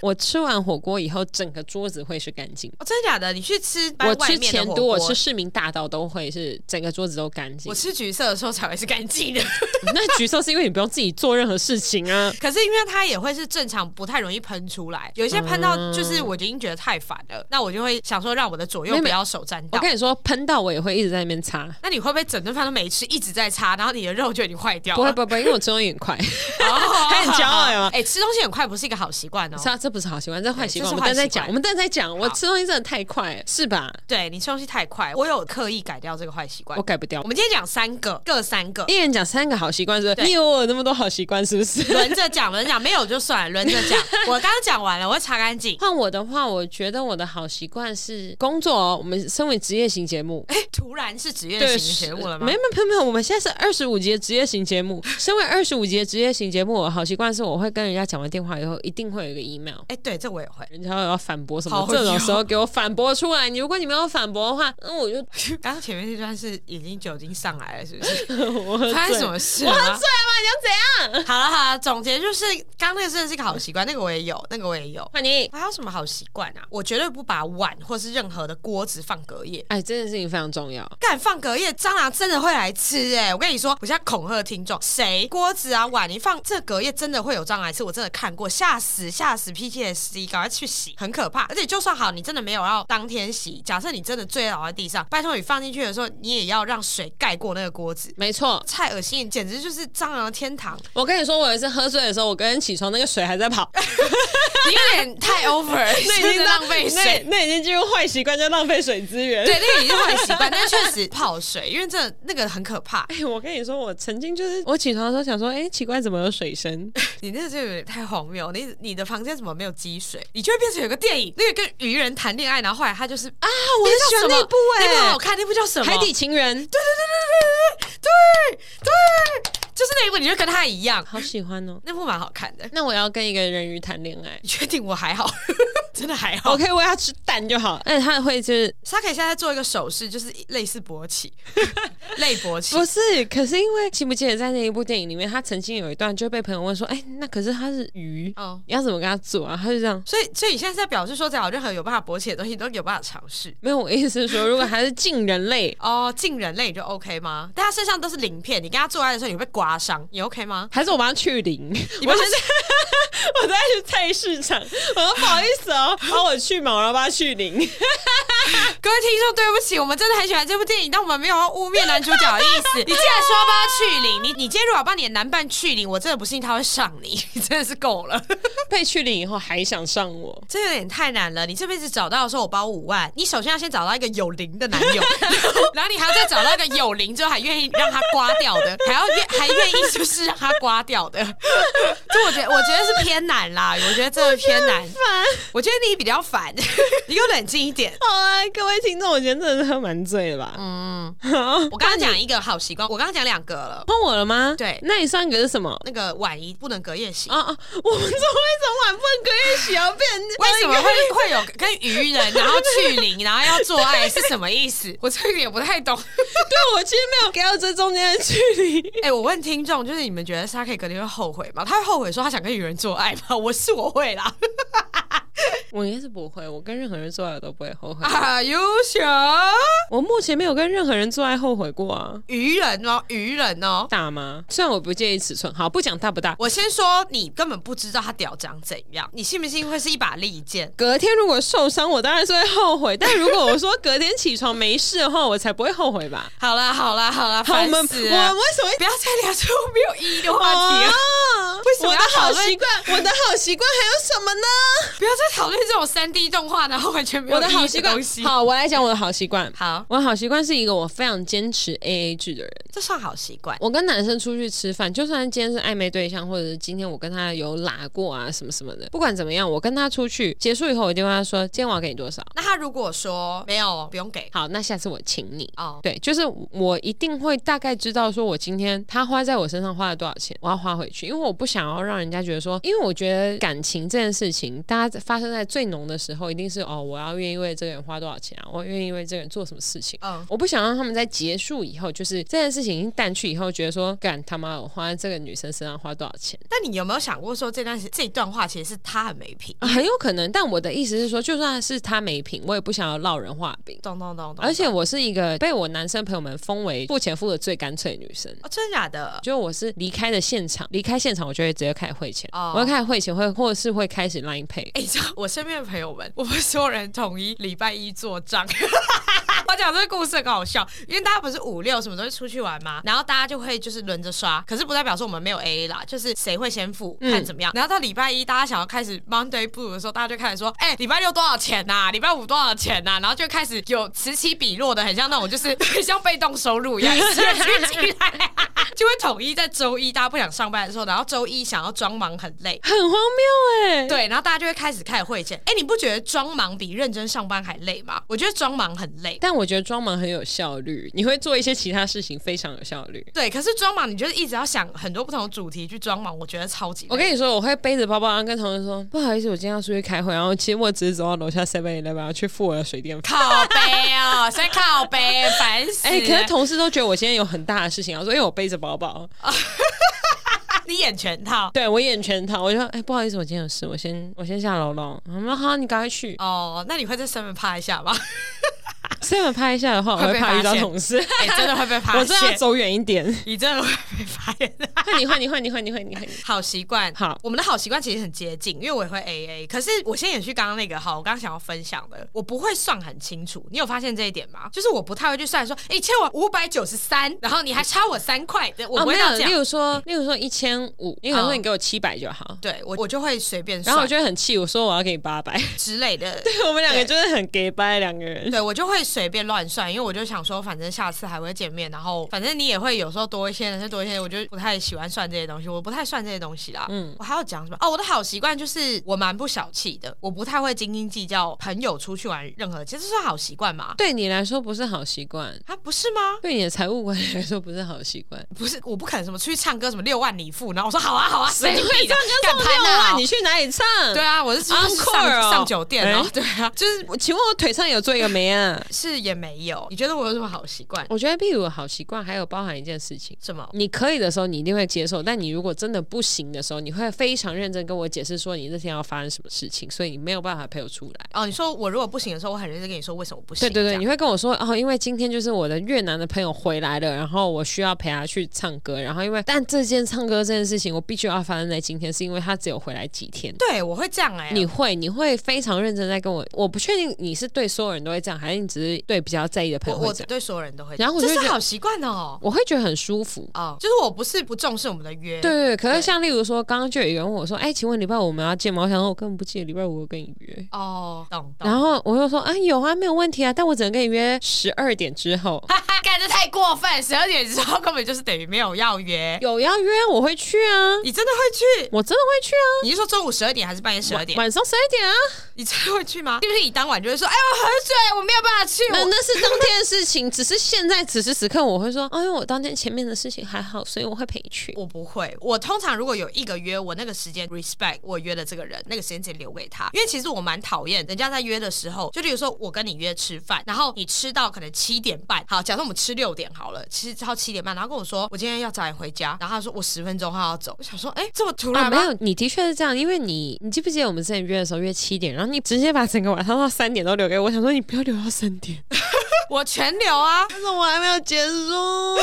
B: 我吃完火锅以后，整个桌子会是干净。
A: 哦、真的假的？你去吃
B: 我
A: 搬外
B: 吃
A: 面的
B: 前
A: 火
B: 都，
A: 锅，
B: 我吃市民大道都会是整个桌子都干净
A: 我。吃橘色的时候才会是干净的，
B: 那橘色是因为你不用自己做任何事情啊。
A: 可是因为它也会是正常，不太容易喷出来。有一些喷到就是我已经觉得太烦了，那我就会想说让我的左右
B: 嗯没有
A: 不
B: 没有
A: 要手沾
B: 我
A: 到。
B: 跟你说，喷到我也会一直在那边擦。
A: 那你会不会整顿饭都没吃，一直在擦，然后你的肉就已经坏掉了？
B: 不会不会，不会因为我吃东西很快。
A: 哦，
B: 他很骄傲嘛
A: 哎、吃东西很快不是一个好习惯哦。
B: 这这不是好啊习惯，这坏习
A: 这
B: 惯。
A: 是
B: 我们等一下
A: 坏
B: 再
A: 习惯
B: 讲，我们等一下再讲。我
A: 好
B: 吃东西真的太快了，是吧？
A: 对你吃东西太快，我有刻意改掉这个坏习惯。
B: 我改不掉
A: 我。们今天讲三个，各三个，
B: 一人讲三个好习惯，是不
A: 对
B: 是？你以为我有那么多好习惯，是不是？
A: 轮着讲，轮着讲，没有就算了，轮着 讲。我刚刚讲完了，我会擦干净。
B: 换我的话，我觉得我的好习惯是工作、哦。我们身为职业型节目，
A: 哎突然是职业型学物了吗？
B: 没有没有没有，我们现在是二十五集的职业型节目。身为二十五集的职业型节目，我的好习惯是我会跟人家讲完电话以后，一定会有一个 email。
A: 哎、对，这我也 会。
B: 人家要反驳什
A: 好
B: 么，
A: 哟
B: 这种时候给我反驳出来。你如果你没有反驳的话，那我就
A: 刚刚前面那段是已经酒精上来了，是不 是？
B: 我喝醉
A: 发生什么事
B: 我喝醉了
A: 了
B: 吗？
A: 吗？
B: 你要怎样？
A: 好了好了，总结就是，刚刚那个真的是一个好习惯，那个我也有，那个我也有。
B: 换你。
A: 我还有什么好习惯啊？我绝对不把碗或是任何的锅子放隔夜。
B: 哎，这件事情非常重要。
A: 干放隔夜，蟑螂真的欸会来吃哎、我跟你说，我现在恐吓听众，谁锅子啊碗你放这隔夜真的会有障碍是我真的看过，吓死吓死 PTSD，赶快去洗，很可怕。而且就算好，你真的没有要当天洗，假设你真的醉倒在地上，拜托你放进去的时候，你也要让水盖过那个锅子。
B: 没错，
A: 太恶心，简直就是蟑螂的天堂！
B: 我跟你说，我有一次喝醉的时候，我跟人起床，那个水还在跑，
A: 你有点太 over，了
B: 那已
A: 是
B: 经
A: 浪费水。
B: 那，那已经进入坏习惯，叫浪费水资源。
A: 对，那个已经坏习惯，但确实泡水，因为真的那个很可怕。
B: 哎、 我跟你说，我曾经就是我起床的时候想说，哎、奇怪，怎么有水 声？
A: 你那个就有点太荒谬，你你的房间怎么没有积水？你就会变成有个电影，那个跟愚人谈恋爱，然后后来他就是啊，
B: 我很喜欢那部哎
A: 那部很好看，那部叫什么？
B: 海底情人，
A: 对对对对对对对对，就是那一部，你就跟他一样，
B: 好喜欢哦。
A: 那部蛮好看的。
B: 那我要跟一个人鱼谈恋爱
A: 你确定我还好？ 真的还好。
B: ，OK，我要吃蛋就好。而且哎他会就是
A: 沙凯现在在做一个手势，就是类似勃 起，类勃起
B: 不。是？可是因为记不记得在那一部电影里面，他曾经有一段就被朋友问说，哎、那可是他是鱼，
A: 哦
B: 你要怎么跟他做啊？他就这样。
A: 所以，所以你现在在表示说，只要有任何有办法勃起的东西，你都有办法尝试。
B: 没有，我意思是说，如果他是近人类，
A: 哦，近人类就 OK 吗？但他身上都是鳞片，你跟他做爱的时候，你会被刮伤，你 OK 吗？
B: 还是我帮他去 零？
A: 你
B: 我
A: 们
B: 现在我在去菜市场，我说不好意思 哦，帮我去嘛，我要帮他去零。
A: 各位听众，对不起，我们真的很喜欢这部电影，但我们没有要污蔑男主角的意思。 你既然说要帮他去灵，你你今天如果要帮你的男伴去灵，我真的不信他会上你，你真的是够了，
B: 被去零以后还想上我，
A: 这有点太难了。你这辈子找到的时候，我包五万，你首先要先找到一个有灵的男 友，然后你还要再找到一个有灵之后还愿意让他刮掉的，还要愿还愿意就是让他刮掉 的。就我觉得我觉得是偏难啦，我觉得真的偏难。
B: 烦。
A: 我觉得你比较烦， 你给我冷静一点。
B: 好啊，各位听众，我今天真的是喝蛮醉了吧？
A: 嗯，
B: 好，
A: 我刚刚讲一个好习惯，我刚刚讲两个了。
B: 碰我了吗？
A: 对
B: 那你上一个是什么？
A: 那个晚怡不能隔夜醒，
B: 啊啊！我们怎么会从晚不能隔夜洗要变？
A: 为什么会会有跟愚人，然后去灵，然后要做爱是什么意思？ 我这个也不太懂。
B: 对我其实没有给到这中间的距 离。
A: 哎、我问听众，就是你们觉得沙 K 隔天会后悔吗？他会后悔说他想跟愚人做爱吗？ 我是我会啦。
B: 我应该是不会，我跟任何人做爱我都不会后悔。
A: Are you sure？
B: 我目前没有跟任何人做爱后悔过啊。
A: 愚人哦，愚人哦。
B: 大吗？虽然我不介意尺寸，好不讲大不大。
A: 我先说，你根本不知道他屌长怎样，你信不信会是一把利剑？
B: 隔天如果受伤，我当然是会后悔。但如果我说隔天起床没事的话，我才不会后悔吧？啊
A: 好啦好啦好啦，
B: 好，我
A: 烦
B: 们我们为
A: 死了！
B: 什么会
A: 哎不要再聊这种没有意义的话题了。
B: 啊
A: 为什么
B: 我
A: 要
B: 的
A: 讨
B: 好
A: 论
B: 习惯？我的好习惯还有什么呢？
A: 不要再讨论这种三 D 动画，然后完全没有
B: 我的好
A: 意义
B: 习
A: 的
B: 惯
A: 东西。，
B: 好，我来讲我的好习惯。
A: 好，
B: 我的好习惯是一个我非常坚持 A A 制的人。
A: 这算好习惯。
B: 我跟男生出去吃饭，就算今天是暧昧对象，或者是今天我跟他有拉过啊什么什么的，不管怎么样，我跟他出去结束以后，我就跟他说：“今天我要给你多少？
A: 那他如果说没有，不用给
B: 好，那下次我请你。”
A: 哦，
B: 对，就是我一定会大概知道，说我今天他花在我身上花了多少钱，我要花回去，因为我不想要让人家觉得说，因为我觉得感情这件事情，大家发生在最浓的时候，一定是哦，我要愿意为这个人花多少钱啊，我愿意为这个人做什么事情。啊
A: 嗯，
B: 我不想让他们在结束以后，就是这件事情已经淡去以后，觉得说，干他妈我花在这个女生身上花多少钱、
A: 那你有没有想过说这段这段话其实是他很没品？
B: 啊很有可能。但我的意思是说，就算是他没品，我也不想要落人话柄。
A: 懂懂懂懂。
B: 而且我是一个被我男生朋友们封为付钱付的最干脆的女生。
A: 哦，真的假的？
B: 就我是离开的现场，离开现场我就会直接开始汇钱，
A: 哦
B: 我会开始汇钱，会或者是会开始 Line Pay。
A: 哎、你知道我身边的朋友们，我们所有人统一礼拜一做账。 我讲这个故事很好笑，因为大家不是五六什么都会出去玩嘛，然后大家就会就是轮着刷，可是不代表说我们没有 A A 啦，就是谁会先付
B: 嗯
A: 看怎么样。然后到礼拜一，大家想要开始 Monday Blue 的时候，大家就开始说，哎、礼拜六多少钱呐、礼拜五多少钱呐、然后就开始有此起彼落的，很像那种就是 很像被动收入一样，一 直进进来， 就会统一在周一大家不想上班的时候，然后周一想要装忙很累，
B: 很荒谬哎、
A: 对，然后大家就会开始开始汇钱。哎、你不觉得装忙比认真上班还累吗？我觉得装忙很累。
B: 但我觉得装忙很有效率，你会做一些其他事情非常有效率。
A: 对，可是装忙，你就是一直要想很多不同的主题去装忙，我觉得超级累。
B: 我跟你说，我会背着包包，然后跟同事说：“不好意思，我今天要出去开会。”然后其实我只是走到楼下 Seven Eleven 去付我的水电费。
A: 靠背哦，谁靠背？烦死！
B: 哎、可是同事都觉得我今天有很大的事情要做，因为我背着包包，
A: 你演全套
B: 对我演全套。我就说：“哎、不好意思，我今天有事，我
A: 啊
B: 先我先下楼了。”他们说：“好，你赶快去。”
A: 哦，那你会在上面趴一下吗？
B: 所以我拍一下的话，我
A: 会
B: 会
A: 被
B: 怕遇
A: 发
B: 到
A: 现
B: 同事，
A: 哎、真的会被发
B: 我真的要
A: 现，
B: 走远一 点。
A: 你真的会被发现。
B: 换你，换你，换你，换你，换你，换你。
A: 好习惯，
B: 好
A: 我们的好习惯其实很接近，因为我也会 A A。可是我先延续刚刚那个，好，我刚刚想要分享的，我不会算很清楚，你有发现这一点吗？就是我不太会去算说，哎、欠我五百九十三，然后你还差我三块，对我
B: 哦，
A: 不会
B: 没
A: 到这
B: 有，例
A: 样。
B: 如说，例如说一千五，你可能
A: 哦
B: 说你给我七百就好，
A: 对我我就会随便
B: 然后我
A: 算
B: 就会很气，我说我要给你八百。
A: 之类的。
B: 我们两个就是很 gay 掰两 个人。
A: 对，我就会随便乱算，因为我就想说，反正下次还会见面，然后反正你也会有时候多一些，是多一些，我就不太喜欢算这些东西，我不太算这些东西啦。嗯
B: 嗯，
A: 我还要讲什么？哦，我的好习惯就是我蛮不小气的，我不太会斤斤计较朋友出去玩任何，其实算好习惯嘛。
B: 对你来说不是好习惯，
A: 啊，不是吗？
B: 对你的财务管理来说不是好习惯。
A: 不是，我不可能什么出去唱歌什么六万你付，然后我说好啊好啊，神经病的
B: 干
A: 干
B: 嘛
A: 潘娜
B: 啊？
A: 哦
B: 你去哪里唱？
A: 对，啊，我是就是
B: Encore
A: 上、
B: 哦
A: 上酒店啊，
B: 哎
A: 对啊，就是
B: 我请问我腿上有做一个没啊？
A: 是也没有。你觉得我有什么好习惯？
B: 我觉得，譬如好习惯，还有包含一件事情。
A: 什么？
B: 你可以的时候，你一定会接受；但你如果真的不行的时候，你会非常认真跟我解释说你那天要发生什么事情，所以你没有办法陪我出来。
A: 哦，你说我如果不行的时候，我很认真跟你说为什么不行。
B: 对对
A: 这
B: 对，
A: 样
B: 你会跟我说哦，因为今天就是我的越南的朋友回来了，然后我需要陪他去唱歌，然后因为但这件唱歌这件事情，我必须要发生在今天，是因为他只有回来几天。
A: 对，我会这样哎、
B: 你会，你会非常认真在跟我，我不确定你是对所有人都会这样，还是你只是对比较在意的朋
A: 我
B: 友会
A: 我
B: 这样。
A: 对所有人都会，
B: 然后我
A: 这
B: 就觉
A: 是
B: 得
A: 好习惯哦。
B: 我会觉得很舒服。
A: 哦，就是我不是不重视我们的约，
B: 对，对对，可
A: 对
B: 是像例如说，刚刚就有一个人问我说：“哎，请问礼拜五我们要见吗？”我想说，我哦根本不记得礼拜五我跟你约。
A: 哦，懂懂。
B: 然后我又说：“啊，有啊，没有问题啊，但我只能跟你约十二点之 后。
A: 哈哈， 干这太过分，十二点之后根本就是等于没有要约。
B: 有要约我会去啊，
A: 你真的会去？
B: 我真的会去啊。”
A: 你是说中午十二点还是半夜十二点？
B: 晚上十二点啊，
A: 你真的会去吗？是不是你当晚就会说，哎，我喝醉，我没有办法去。
B: 那
A: 我
B: 那是当天的事情，只是现在此时此刻我会说，哦，因为我当天前面的事情还好，所以我会陪你去。
A: 我不会，我通常如果有一个约，我那个时间 respect 我约的这个人，那个时间直接留给他，因为其实我蛮讨厌人家在约的时候，就比如说我跟你约吃饭，然后你吃到可能七点半，好，假设我们吃六点好了，吃到七点半，然后跟我说我今天要早点回家，然后他说我十分钟后要走，我想说，哎、这么突
B: 啊，
A: 然
B: 没
A: 吗？
B: 有，你的确是这样，因为你，你记不记得我们之前约的时候约七点，然后你直接把整个晚上到三点都留给我，我想说你不要留到三点，
A: 我全留啊，
B: 但是我还没有结束。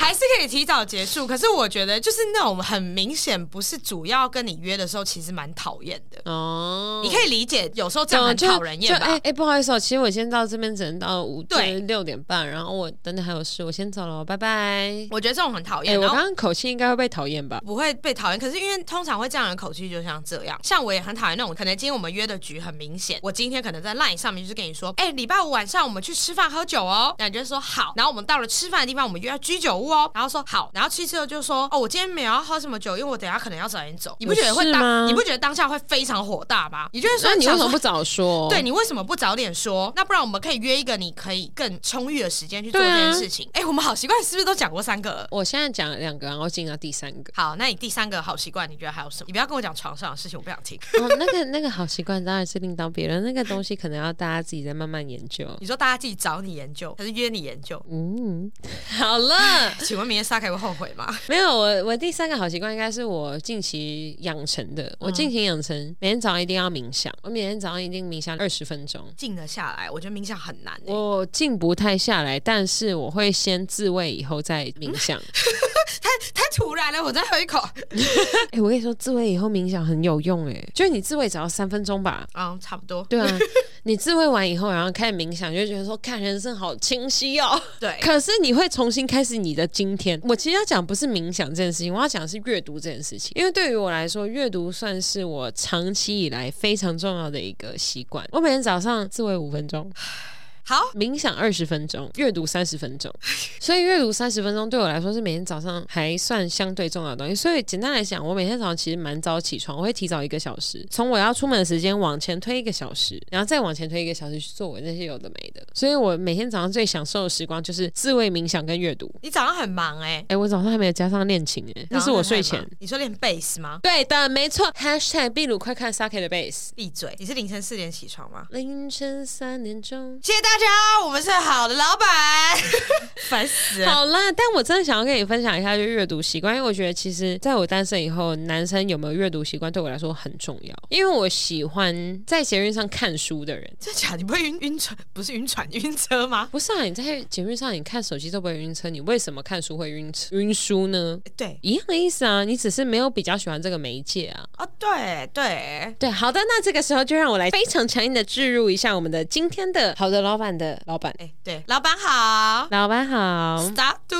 A: 还是可以提早结束。可是我觉得就是那种很明显不是主要跟你约的时候，其实蛮讨厌的。
B: 哦，
A: 你可以理解，有时候这样很
B: 就
A: 讨人
B: 就
A: 厌吧？
B: 哎哎，不好意思哦，其实我今天到这边只能到五
A: 对
B: 就是六点半，然后我等等还有事，我先走了，拜拜。
A: 我觉得这种很讨
B: 哎、
A: 厌。
B: 我
A: 然
B: 刚
A: 后
B: 刚口气应该会被讨厌吧？
A: 不会被讨厌，可是因为通常会这样的口气就像这样，像我也很讨厌那种，可能今天我们约的局很明显，我今天可能在 LINE 上面就是跟你说，哎、礼拜五晚上我们去吃饭喝酒哦，那你就说好，然后我们到了吃饭的地方，我们约在居酒屋哦，然后说好，然后吃之后就说，哦，我今天没有要喝什么酒，因为我等一下可能要早点走，你不觉得会
B: 是吗
A: 当你不觉得当下会非常火大吗？你就会说
B: 那你为
A: 想
B: 什
A: 说
B: 么不早说？
A: 对你为什么不早点说？那不然我们可以约一个你可以更充裕的时间去做这
B: 对啊
A: 件事情。哎、我们好习惯是不是都讲过三个了？。
B: 我现在讲了两个，然后进到第三个
A: 好，那你第三个好习惯，你觉得还有什么？你不要跟我讲床上的事情，我不想听。
B: 哦，那个那个好习惯当然是另当别论，那个东西可能要大家自己再慢慢研究。
A: 你说大家自己找你研究，还是约你研究？
B: 嗯，好了，
A: 请问明天撒开会后悔吗？
B: 没有我我第三个好习惯应该是我近期养成的。我近期养成每天早上一定要冥想，我每天早上一定冥想二十分钟。
A: 静得下来，我觉得冥想很难、欸。
B: 我静不太下来，但是我会先自慰，以后再冥想。
A: 太突然了，我再喝一口。
B: 哎、我跟你说，自慰以后冥想很有用、哎，就是你自慰只要三分钟吧，
A: 嗯，差不多。
B: 对啊， 你自慰完以后，然后开始冥想，就会觉得说，看人生好清晰 哦。
A: 对，
B: 可是你会重新开始你的今天。我其实要讲不是冥想这件事情，我要讲的是阅读这件事情。因为对于我来说，阅读算是我长期以来非常重要的一个习惯。我每天早上自慰五分钟，
A: 好，
B: 冥想二十分钟，阅读三十 分钟，所以阅读三十分钟对我来说是每天早上还算相对重要的东西。所以简单来讲，我每天早上其实蛮早起床，我会提早一个小时，从我要出门的时间往前推一个小时， 然后再往前推一个小时去做我那些有的没的。所以我每天早上最享受的时光就是自慰、冥想跟阅读。
A: 你早上很忙哎、
B: 哎、我早上还没有加上恋情哎、那是我睡
A: 早上
B: 前
A: 很。忙。你说练贝斯吗？
B: 对的，没错。#hashtag 秘鲁快看 Sake 的 base。
A: 闭嘴！你是凌晨四点起床吗？
B: 凌晨三点钟，
A: 谢谢大家大家，我们是好的老板， 烦死了。
B: 好啦，但我真的想要跟你分享一下，就是阅读习惯，因为我觉得其实在我单身以后，男生有没有阅读习惯对我来说很重要，因为我喜欢在捷运上看书的人。
A: 真假？你不会晕晕船？不是晕船，晕车吗？
B: 不是啊，你在捷运上你看手机都不会晕车，你为什么看书会晕车晕书呢？
A: 对，
B: 一样的意思啊，你只是没有比较喜欢这个媒介啊。
A: 哦，对对，
B: 对，好的，那这个时候就让我来非常强硬的置入一下我们的今天的好的老板的老板，
A: 哎、对，老板好，
B: 老板好，
A: 打赌。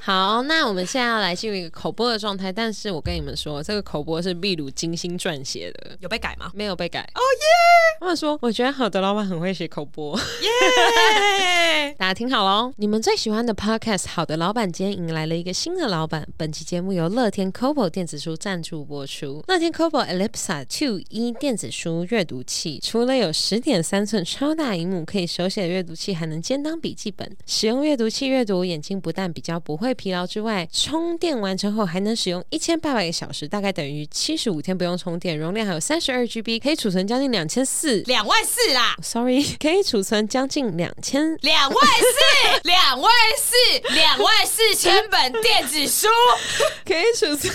B: 好，那我们现在要来进入一个口播的状态，但是我跟你们说，这个口播是秘鲁精心撰写的，
A: 有被改吗？
B: 没有被改。哦耶！他们说，我觉得好的老板很会写口播，
A: 耶、
B: 大家听好喽。你们最喜欢的 podcast《好的老板》今天迎来了一个新的老板。本期节目由乐天 Kobo 电子书赞助播出。乐天 Kobo Ellipsa Two 一电子书阅读器，除了有十点三寸超大荧幕可以手写阅读器，还能兼当笔记本。使用阅读器阅读，眼睛不但比较不会疲劳之外，充电完成后还能使用一千八百个小时，大概等于七十五天不用充电，容量还有三十二 GB，可以储存将近两千四。
A: 两万四啦，
B: Sorry，可以储存将近两千
A: 两万四，两万四，两万四千本电子书，
B: 可以储存。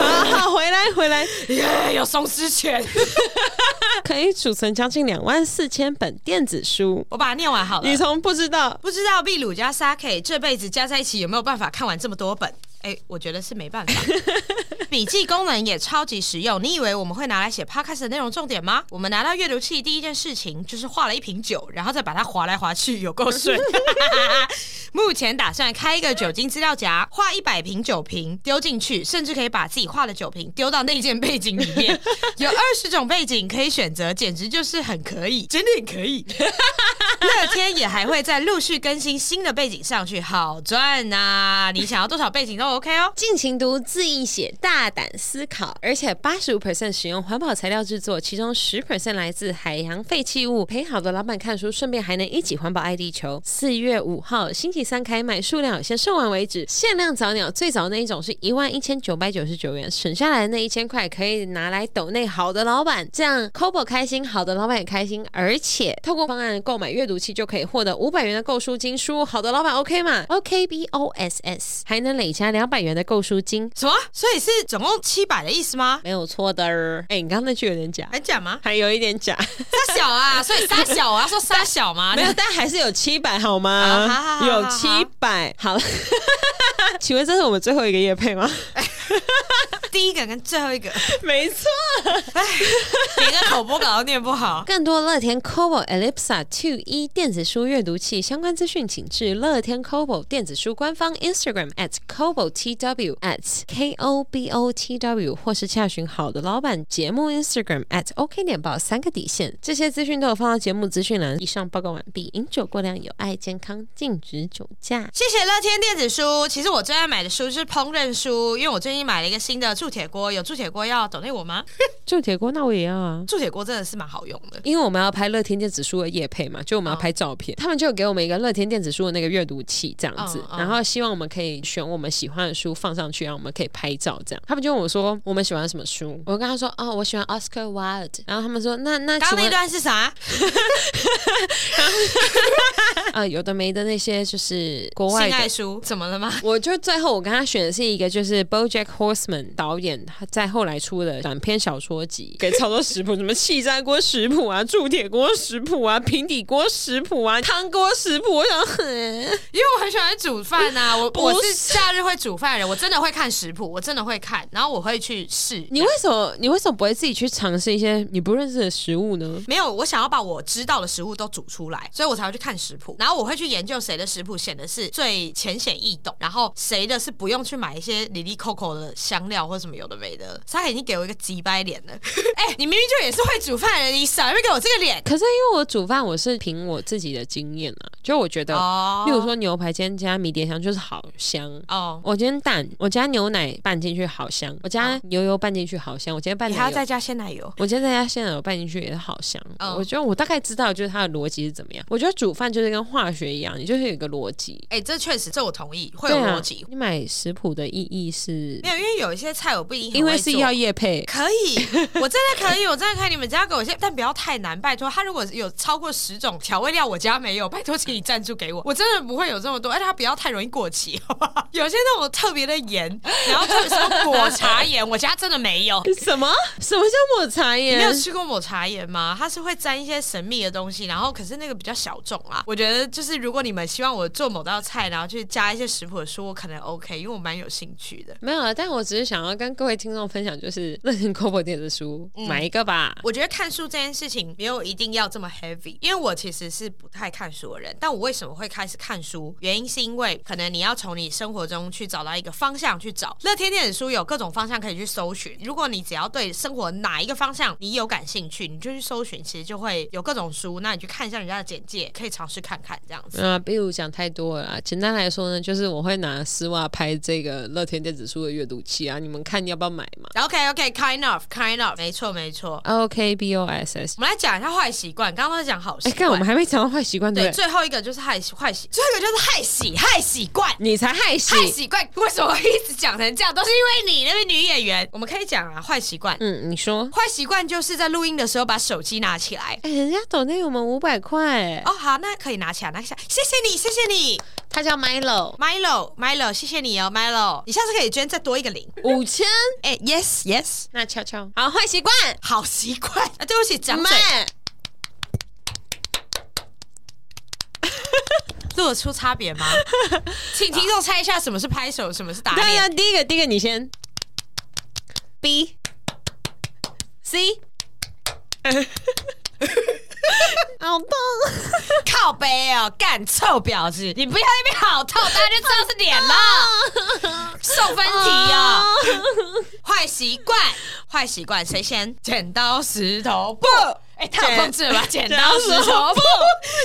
B: 好好，回来回来，
A: 耶、有松狮犬，
B: 可以储存将近两万四千本电子书。
A: 我把它念完好了。
B: 你从不知道，
A: 不知道秘鲁加 Sake 这辈子加在一起有没有办法看完这么多本？哎、我觉得是没办法。笔记功能也超级实用，你以为我们会拿来写 podcast 的内容重点吗？我们拿到阅读器第一件事情就是画了一瓶酒，然后再把它划来划去，有够顺。目前打算开一个酒精资料夹，画一百瓶酒瓶丢进去，甚至可以把自己画的酒瓶丢到那件背景里面，有二十种背景可以选择，简直就是很可以，真的很可以。乐天也还会在陆续更新新的背景上去，好赚呐、你想要多少背景都 OK 哦。
B: 尽情读，恣意写，大胆思考。而且八十五 percent 使用环保材料制作，其中十 percent 来自海洋废弃物。陪好的老板看书，顺便还能一起环保爱地球。四月五号星期三开卖，数量有限，售完为止。限量早鸟，最早那一种是一万一千九百九十九元，省下来的那一千块可以拿来抖内好的老板，这样 Kobo 开心，好的老板也开心。而且透过方案购买阅读器就可以获得五百元的购书金书，好的老板 OK 嘛？OK B O S S 还能累加两百元的购书金，
A: 什么？所以是总共七百的意思吗？
B: 没有错的儿。哎、你刚刚那句有点假，
A: 还假吗？
B: 还有一点假，
A: 沙小 啊，所以沙小啊，说沙小吗？
B: 没有，但还是有七百好
A: 啊好
B: 吗
A: 好？好
B: 有
A: 好
B: 七百，好了。 请问这是我们最后一个夜配吗？
A: 第一个跟最后一个，
B: 没错。
A: 连个口播稿都念不好。
B: 更多乐天 Kobo Ellipsa Two 一电子书阅读器相关资讯，请至乐天 Kobo 电子书官方 Instagram at Kobo TW at K O B O T W，或是洽询好的老板节目 Instagram at OK 点报三个底线。这些资讯都有放到节目资讯栏。以上报告完毕。饮酒过量有碍健康，禁止酒驾。
A: 谢谢乐天电子书。其实我最爱买的书是烹饪书，因为我最近买了一个新的铸铁锅，有铸铁锅要懂内我吗？
B: 铸铁锅那我也要啊。
A: 铸铁锅真的是蛮好用的。
B: 因为我们要拍乐天电子书的夜配嘛，就我
A: 嗯
B: 们要拍照片，他们就有给我们一个乐天电子书的那个阅读器这样子，
A: 嗯嗯
B: 然后希望我们可以选我们喜欢的书放上去，然后我们可以拍照这样。他们就问我说我们喜欢什么书，我跟他说哦我喜欢 Oscar Wilde，然后他们说那那
A: 刚刚
B: 请
A: 那
B: 问
A: 段是啥？
B: 呃有的没的那些就是国外
A: 性
B: 的
A: 爱。书？怎么了吗？
B: 我就最后我跟他选的是一个就是 BoJack Horseman 导演他在后来出的短篇小说集，给超多食谱，什么气炸锅食谱啊、铸铁锅食谱啊、平底锅食谱啊、汤锅食谱，我想 很。
A: 因为我很喜欢煮饭呐、 我
B: 不
A: 我
B: 是
A: 是假日会煮饭的人，我真的会看食谱，我真的会看，然后我会去试。
B: 你为什么你为什么不会自己去尝试一些你不认识的食物呢？
A: 没有，我想要把我知道的食物都煮出来，所以我才会去看食谱，然后我会去研究谁的食谱显得是最浅显易懂，然后谁的是不用去买一些里里扣扣的香料或什么有的没的。他已经给我一个鸡掰脸了， 哎、你明明就也是会煮饭的人，你少一边给我这个脸
B: 可是因为我煮饭，我是凭我自己的经验啊，就我觉得，
A: 哦
B: 例如说牛排今天加迷迭香就是好香。
A: 哦，
B: 我今天蛋，我加牛奶拌进去好香，我加牛油拌进去好香，我今天拌
A: 你还要
B: 奶油
A: 再加鲜奶油。
B: 我今天在家现在有拌进去也是好香，
A: 嗯
B: 我觉得我大概知道就是它的逻辑是怎么样。我觉得煮饭就是跟化学一样，你就是有一个逻辑，
A: 哎、这确实，这我同意，会
B: 对
A: 有
B: 啊
A: 逻辑。
B: 你买食谱的意义是
A: 没，有，因为有一些菜我不一定很
B: 因为
A: 会
B: 是
A: 做
B: 要叶配，
A: 可以， 以，我真的可以，我真的可以。你们家给我一些，但不要太难，拜托。它如果有超过十种调味料，我家没有，拜托请你赞助给我。我真的不会有这么多，而且哎它不要太容易过期，好不好？有些那种特别的盐，然后特别什么抹茶盐，我家真的没有。
B: 什么？什么叫抹茶
A: 你没有
B: 盐？
A: 吃过抹茶盐吗？它是会沾一些神秘的东西，然后可是那个比较小众啊。我觉得就是如果你们希望我做某道菜，然后去加一些食谱的书，我可能 OK，因为我蛮有兴趣的。
B: 没有啊，但我只是想要跟各位听众分享，就是乐天 Kobo 店的书，
A: 嗯
B: 买一个吧。
A: 我觉得看书这件事情没有一定要这么 heavy，因为我其实是不太看书的人。但我为什么会开始看书？原因是因为可能你要从你生活中去找到一个方向去找。乐天电子书有各种方向可以去搜寻，如果你只要对生活哪一个方向你有感兴趣，你就去搜寻，其实就会有各种书。那你去看一下人家的简介，可以尝试看看这样子。
B: 啊，比如讲太多了啦。简单来说呢，就是我会拿丝袜拍这个乐天电子书的阅读器啊，你们看要不要买嘛
A: OK OK，kind、of，kind of，没错没错。
B: ？O K B O S S。
A: 我们来讲一下坏习惯，刚刚都在讲好习
B: 哎，看我
A: 惯。
B: 们还没讲到坏习惯，
A: 对，
B: 对不对？
A: 最后一个就是害喜坏喜，最后一个就是害喜害喜惯。
B: 你才害喜。
A: 坏习惯为什么一直讲成这样？都是因为你那位女演员。我们可以讲啊，坏习惯，
B: 嗯，你说。
A: 坏习惯就是在录音的时候把手机拿起来。
B: 哎、人家抖内我们五百块，
A: 哦，好，那可以拿起来，拿起来，谢谢你，谢谢你
B: 他叫 Milo，
A: ，Milo，Milo，谢谢你哦，Milo，你下次可以捐再多一个零。
B: 五千。
A: 哎、y e s Yes，
B: 那悄悄，好，坏习惯，
A: 好习惯啊，对不起，长嘴
B: 慢。
A: 录得出差别吗？ 请听众猜一下什么是拍手，什么是打
B: 对
A: 脸
B: 呀，。第一个，第一个你先。B C，好痛！
A: 靠背哦，干臭婊子！你不要那边好痛，大家就知道是 脸了。送分题
B: 啊
A: 哦，坏习惯，坏习惯，谁先？剪刀石头布。哎、太有控制了吧！剪刀石头布，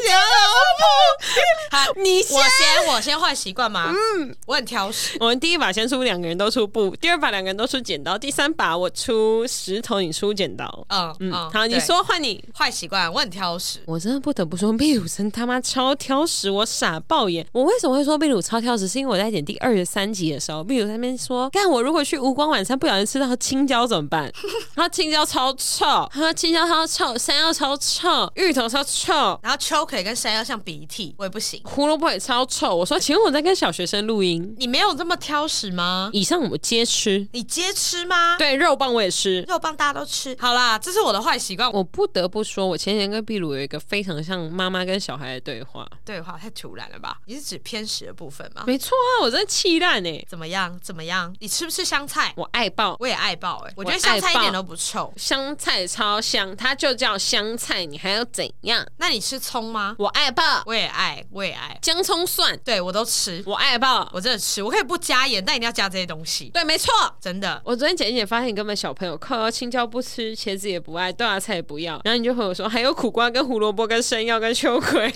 B: 剪刀布， 你先
A: 我。先，我先坏习惯吗？嗯，我很挑食。
B: 我们第一把先出两个人都出布，第二把两个人都出剪刀，第三把我出石头，你出剪刀。
A: 嗯
B: 嗯，
A: 嗯
B: 好，你
A: 对
B: 说换你。
A: 坏习惯，我很挑食。
B: 我真的不得不说，秘鲁真他妈超挑食，我傻爆眼。我为什么会说秘鲁超挑食？是因为我在点第二十三集的时候，秘鲁在那边说，干我如果去无光晚餐不小心吃到青椒怎么办？ 他说青椒超臭，他说青椒超臭，山药超臭，芋头超臭。
A: 然后秋可以跟山药像鼻涕，我也不行。
B: 胡萝卜也超臭，我说，请问我在跟小学生录音？
A: 你没有这么挑食吗？
B: 以上我皆吃，
A: 你接吃吗？，
B: 对肉棒我也吃。
A: 肉棒大家都吃。好啦，这是我的坏习惯。我
B: 我不得不说，我前几天跟秘鲁有一个非常像妈妈跟小孩的对话。
A: 对话太突然了吧？你是指偏食的部分吗？
B: 没错啊，我真的气烂哎，
A: 怎么样？怎么样？你吃不吃香菜？
B: 我爱爆。
A: 我也爱爆哎、我觉得
B: 我
A: 香菜
B: 爱
A: 一
B: 爆
A: 点都不臭。
B: 香菜超香，它就叫香菜，你还要怎样？
A: 那你吃葱吗？
B: 我爱爆
A: 我也爱，我也爱，
B: 姜葱蒜，
A: 对我都吃，
B: 我爱爆，
A: 我真的吃，我可以不加盐，但一定要加这些东西，
B: 对，没错。
A: 真的。
B: 我昨天剪一剪，发现你根本小朋友靠青椒不吃，茄子也不爱，豆芽菜也不要，然后你就和我说还有苦瓜、跟胡萝卜、跟山药、跟秋 葵。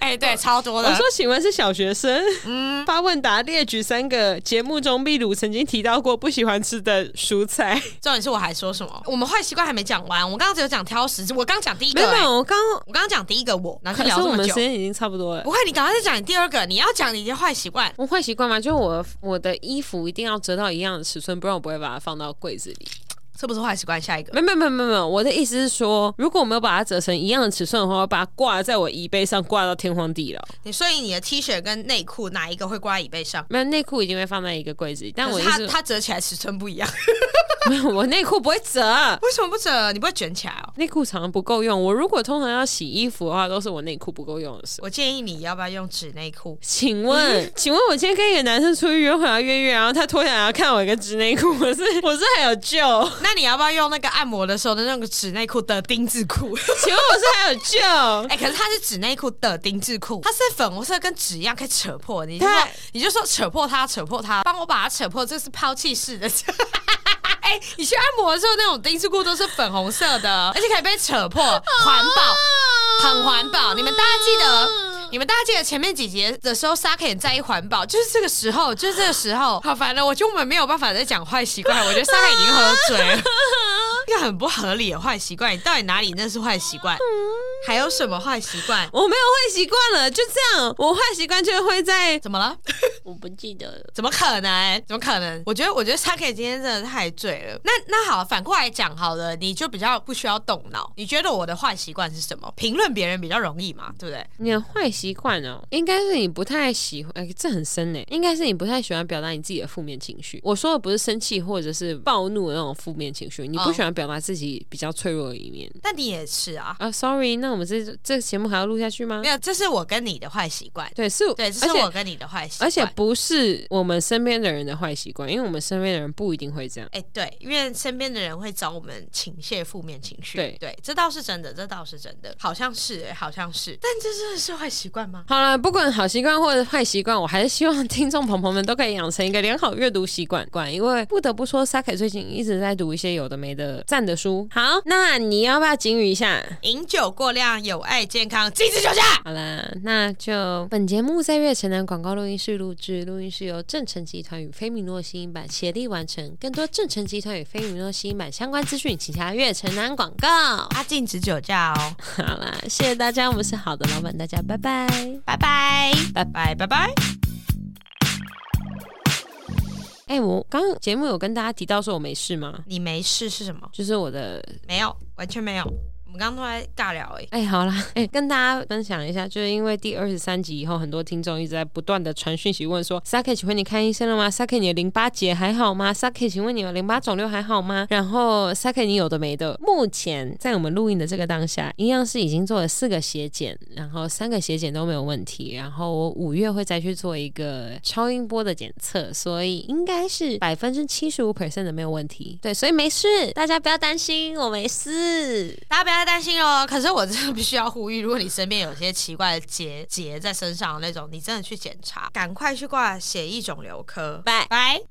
A: 哎、对，超多的。
B: 我说请问是小学生？发问答列举三个节目中秘鲁曾经提到过不喜欢吃的蔬菜。
A: 重点是我还说什么？我们坏习惯还没讲完，我刚刚只有讲挑食，我刚讲第一
B: 没
A: 个、
B: 有，没
A: 哎
B: 有我刚
A: 我刚刚讲第一个我，然后
B: 欸可
A: 就聊
B: 是
A: 这
B: 我
A: 么
B: 们
A: 久
B: 时。间已经差不多了
A: 不。会，你赶快再讲你第二个，你要讲你的坏习惯。
B: 我坏习惯嘛，就是我我的衣服一定要折到一样的尺寸，不然我不会把它放到柜子里。
A: 这不是坏习惯，下一个
B: 没有没有没有没有没有，我的意思是说，如果我没有把它折成一样的尺寸的话，我把它挂在我椅背上，挂到天荒地老。
A: 你，所以你的 T 恤跟内裤哪一个会挂在椅背上？
B: 没有内裤一定会放在一个柜子里，但
A: 可
B: 我
A: 是
B: 意
A: 它
B: 思
A: 它折起来尺寸不一样，
B: 没有，我内裤不会折。
A: 为什么不折？你不会卷起来哦？
B: 内裤常常不够用，我如果通常要洗衣服的话，都是我内裤不够用的时候。
A: 我建议你要不要用纸内裤？
B: 请问，请问我今天跟一个男生出去约会要约约，然后他脱下来要看我一个直内裤，我是我是还有救？
A: 那你要不要用那个按摩的时候的那个纸内裤的丁字裤？
B: 请问我是还有 救？
A: 哎、可是它是纸内裤的丁字裤，它是粉红色，跟纸一样可以扯破。你就
B: 对
A: 说，你就说扯破它，扯破它，帮我把它扯破，这是抛弃式的。 哎、你去按摩的时候，那种丁字裤都是粉红色的，而且可以被扯破，环保，很环保。你们大家记得，你们大家记得前面几节的时候，沙克也在意环保，就是这个时候，就是这个时候，好烦哦了。我觉得我们没有办法再讲坏习惯，我觉得沙克已经喝醉了。一个很不合理的坏习惯，你到底哪里那是坏习惯？还有什么坏习惯？
B: 我没有坏习惯了，就这样。我坏习惯就会在
A: 怎么了？
E: 我不记得了。
A: 怎么可能？怎么可能？我觉得，我觉得 s a k 今天真的太醉了。那那好，反过来讲好了，你就比较不需要动脑。你觉得我的坏习惯是什么？评论别人比较容易嘛，对不对？
B: 你的坏习惯哦，应该是你不太喜欢，哎、这很深呢。应该是你不太喜欢表达你自己的负面情绪。我说的不是生气或者是暴怒的那种负面情绪，你不
A: 哦
B: 喜欢表达自己比较脆弱的一面。
A: 但你也是啊，
B: 啊、s o r r y 那我们这这节目还要录下去吗
A: 没？有，这是我跟你的坏习惯。
B: 对，是，
A: 对，这
B: 而
A: 是
B: 且
A: 我跟你的坏习惯。
B: 而且不是我们身边的人的坏习惯，因为我们身边的人不一定会这样。
A: 哎、对，因为身边的人会找我们倾泻负面情绪，
B: 对
A: 对，这倒是真的，这倒是真的，好像是、哎好像是，但这真的是坏习惯吗？
B: 好了，不管好习惯或者坏习惯，我还是希望听众朋友们都可以养成一个良好阅读习惯。管，因为不得不说 s a k 最近一直在读一些有的没的赞的书。好，那你要不要警语一下？
A: 饮酒过量有害健康，禁止酒驾。
B: 好啦，那就本节目在月城南广告录音室录制，录音室由正成集团与菲米诺吸音版协力完成。更多正成集团与菲米诺吸音版相关资讯，请查月城南广告。
A: 他啊禁止酒驾哦，
B: 好啦，谢谢大家，我们是好的老板，大家拜拜。
A: 拜拜，拜拜，拜拜。
B: 哎、我刚刚节目有跟大家提到说我没事吗？
A: 你没事是什么？
B: 就是我的
A: 没有，完全没有。我们刚刚都在尬聊哎、
B: 哎、好啦，哎、跟大家分享一下，就是因为第二十三集以后，很多听众一直在不断的传讯息问说，Saki，请问你看医生了吗？Saki，你的淋巴结还好吗？Saki，请问你的淋巴肿瘤还好吗？然后 Saki，你有的没的，目前在我们录音的这个当下，一样是已经做了四个血检，然后三个血检都没有问题，然后我五月会再去做一个超音波的检测，所以应该是百分之七十五 percent 的没有问题，对，所以没事，大家不要担心，我没事。
A: 大家不要再担心哦。可是我真的必须要呼吁，如果你身边有些奇怪的结节在身上的那种，你真的去检查，赶快去挂血液肿瘤科。
B: 拜
A: 拜。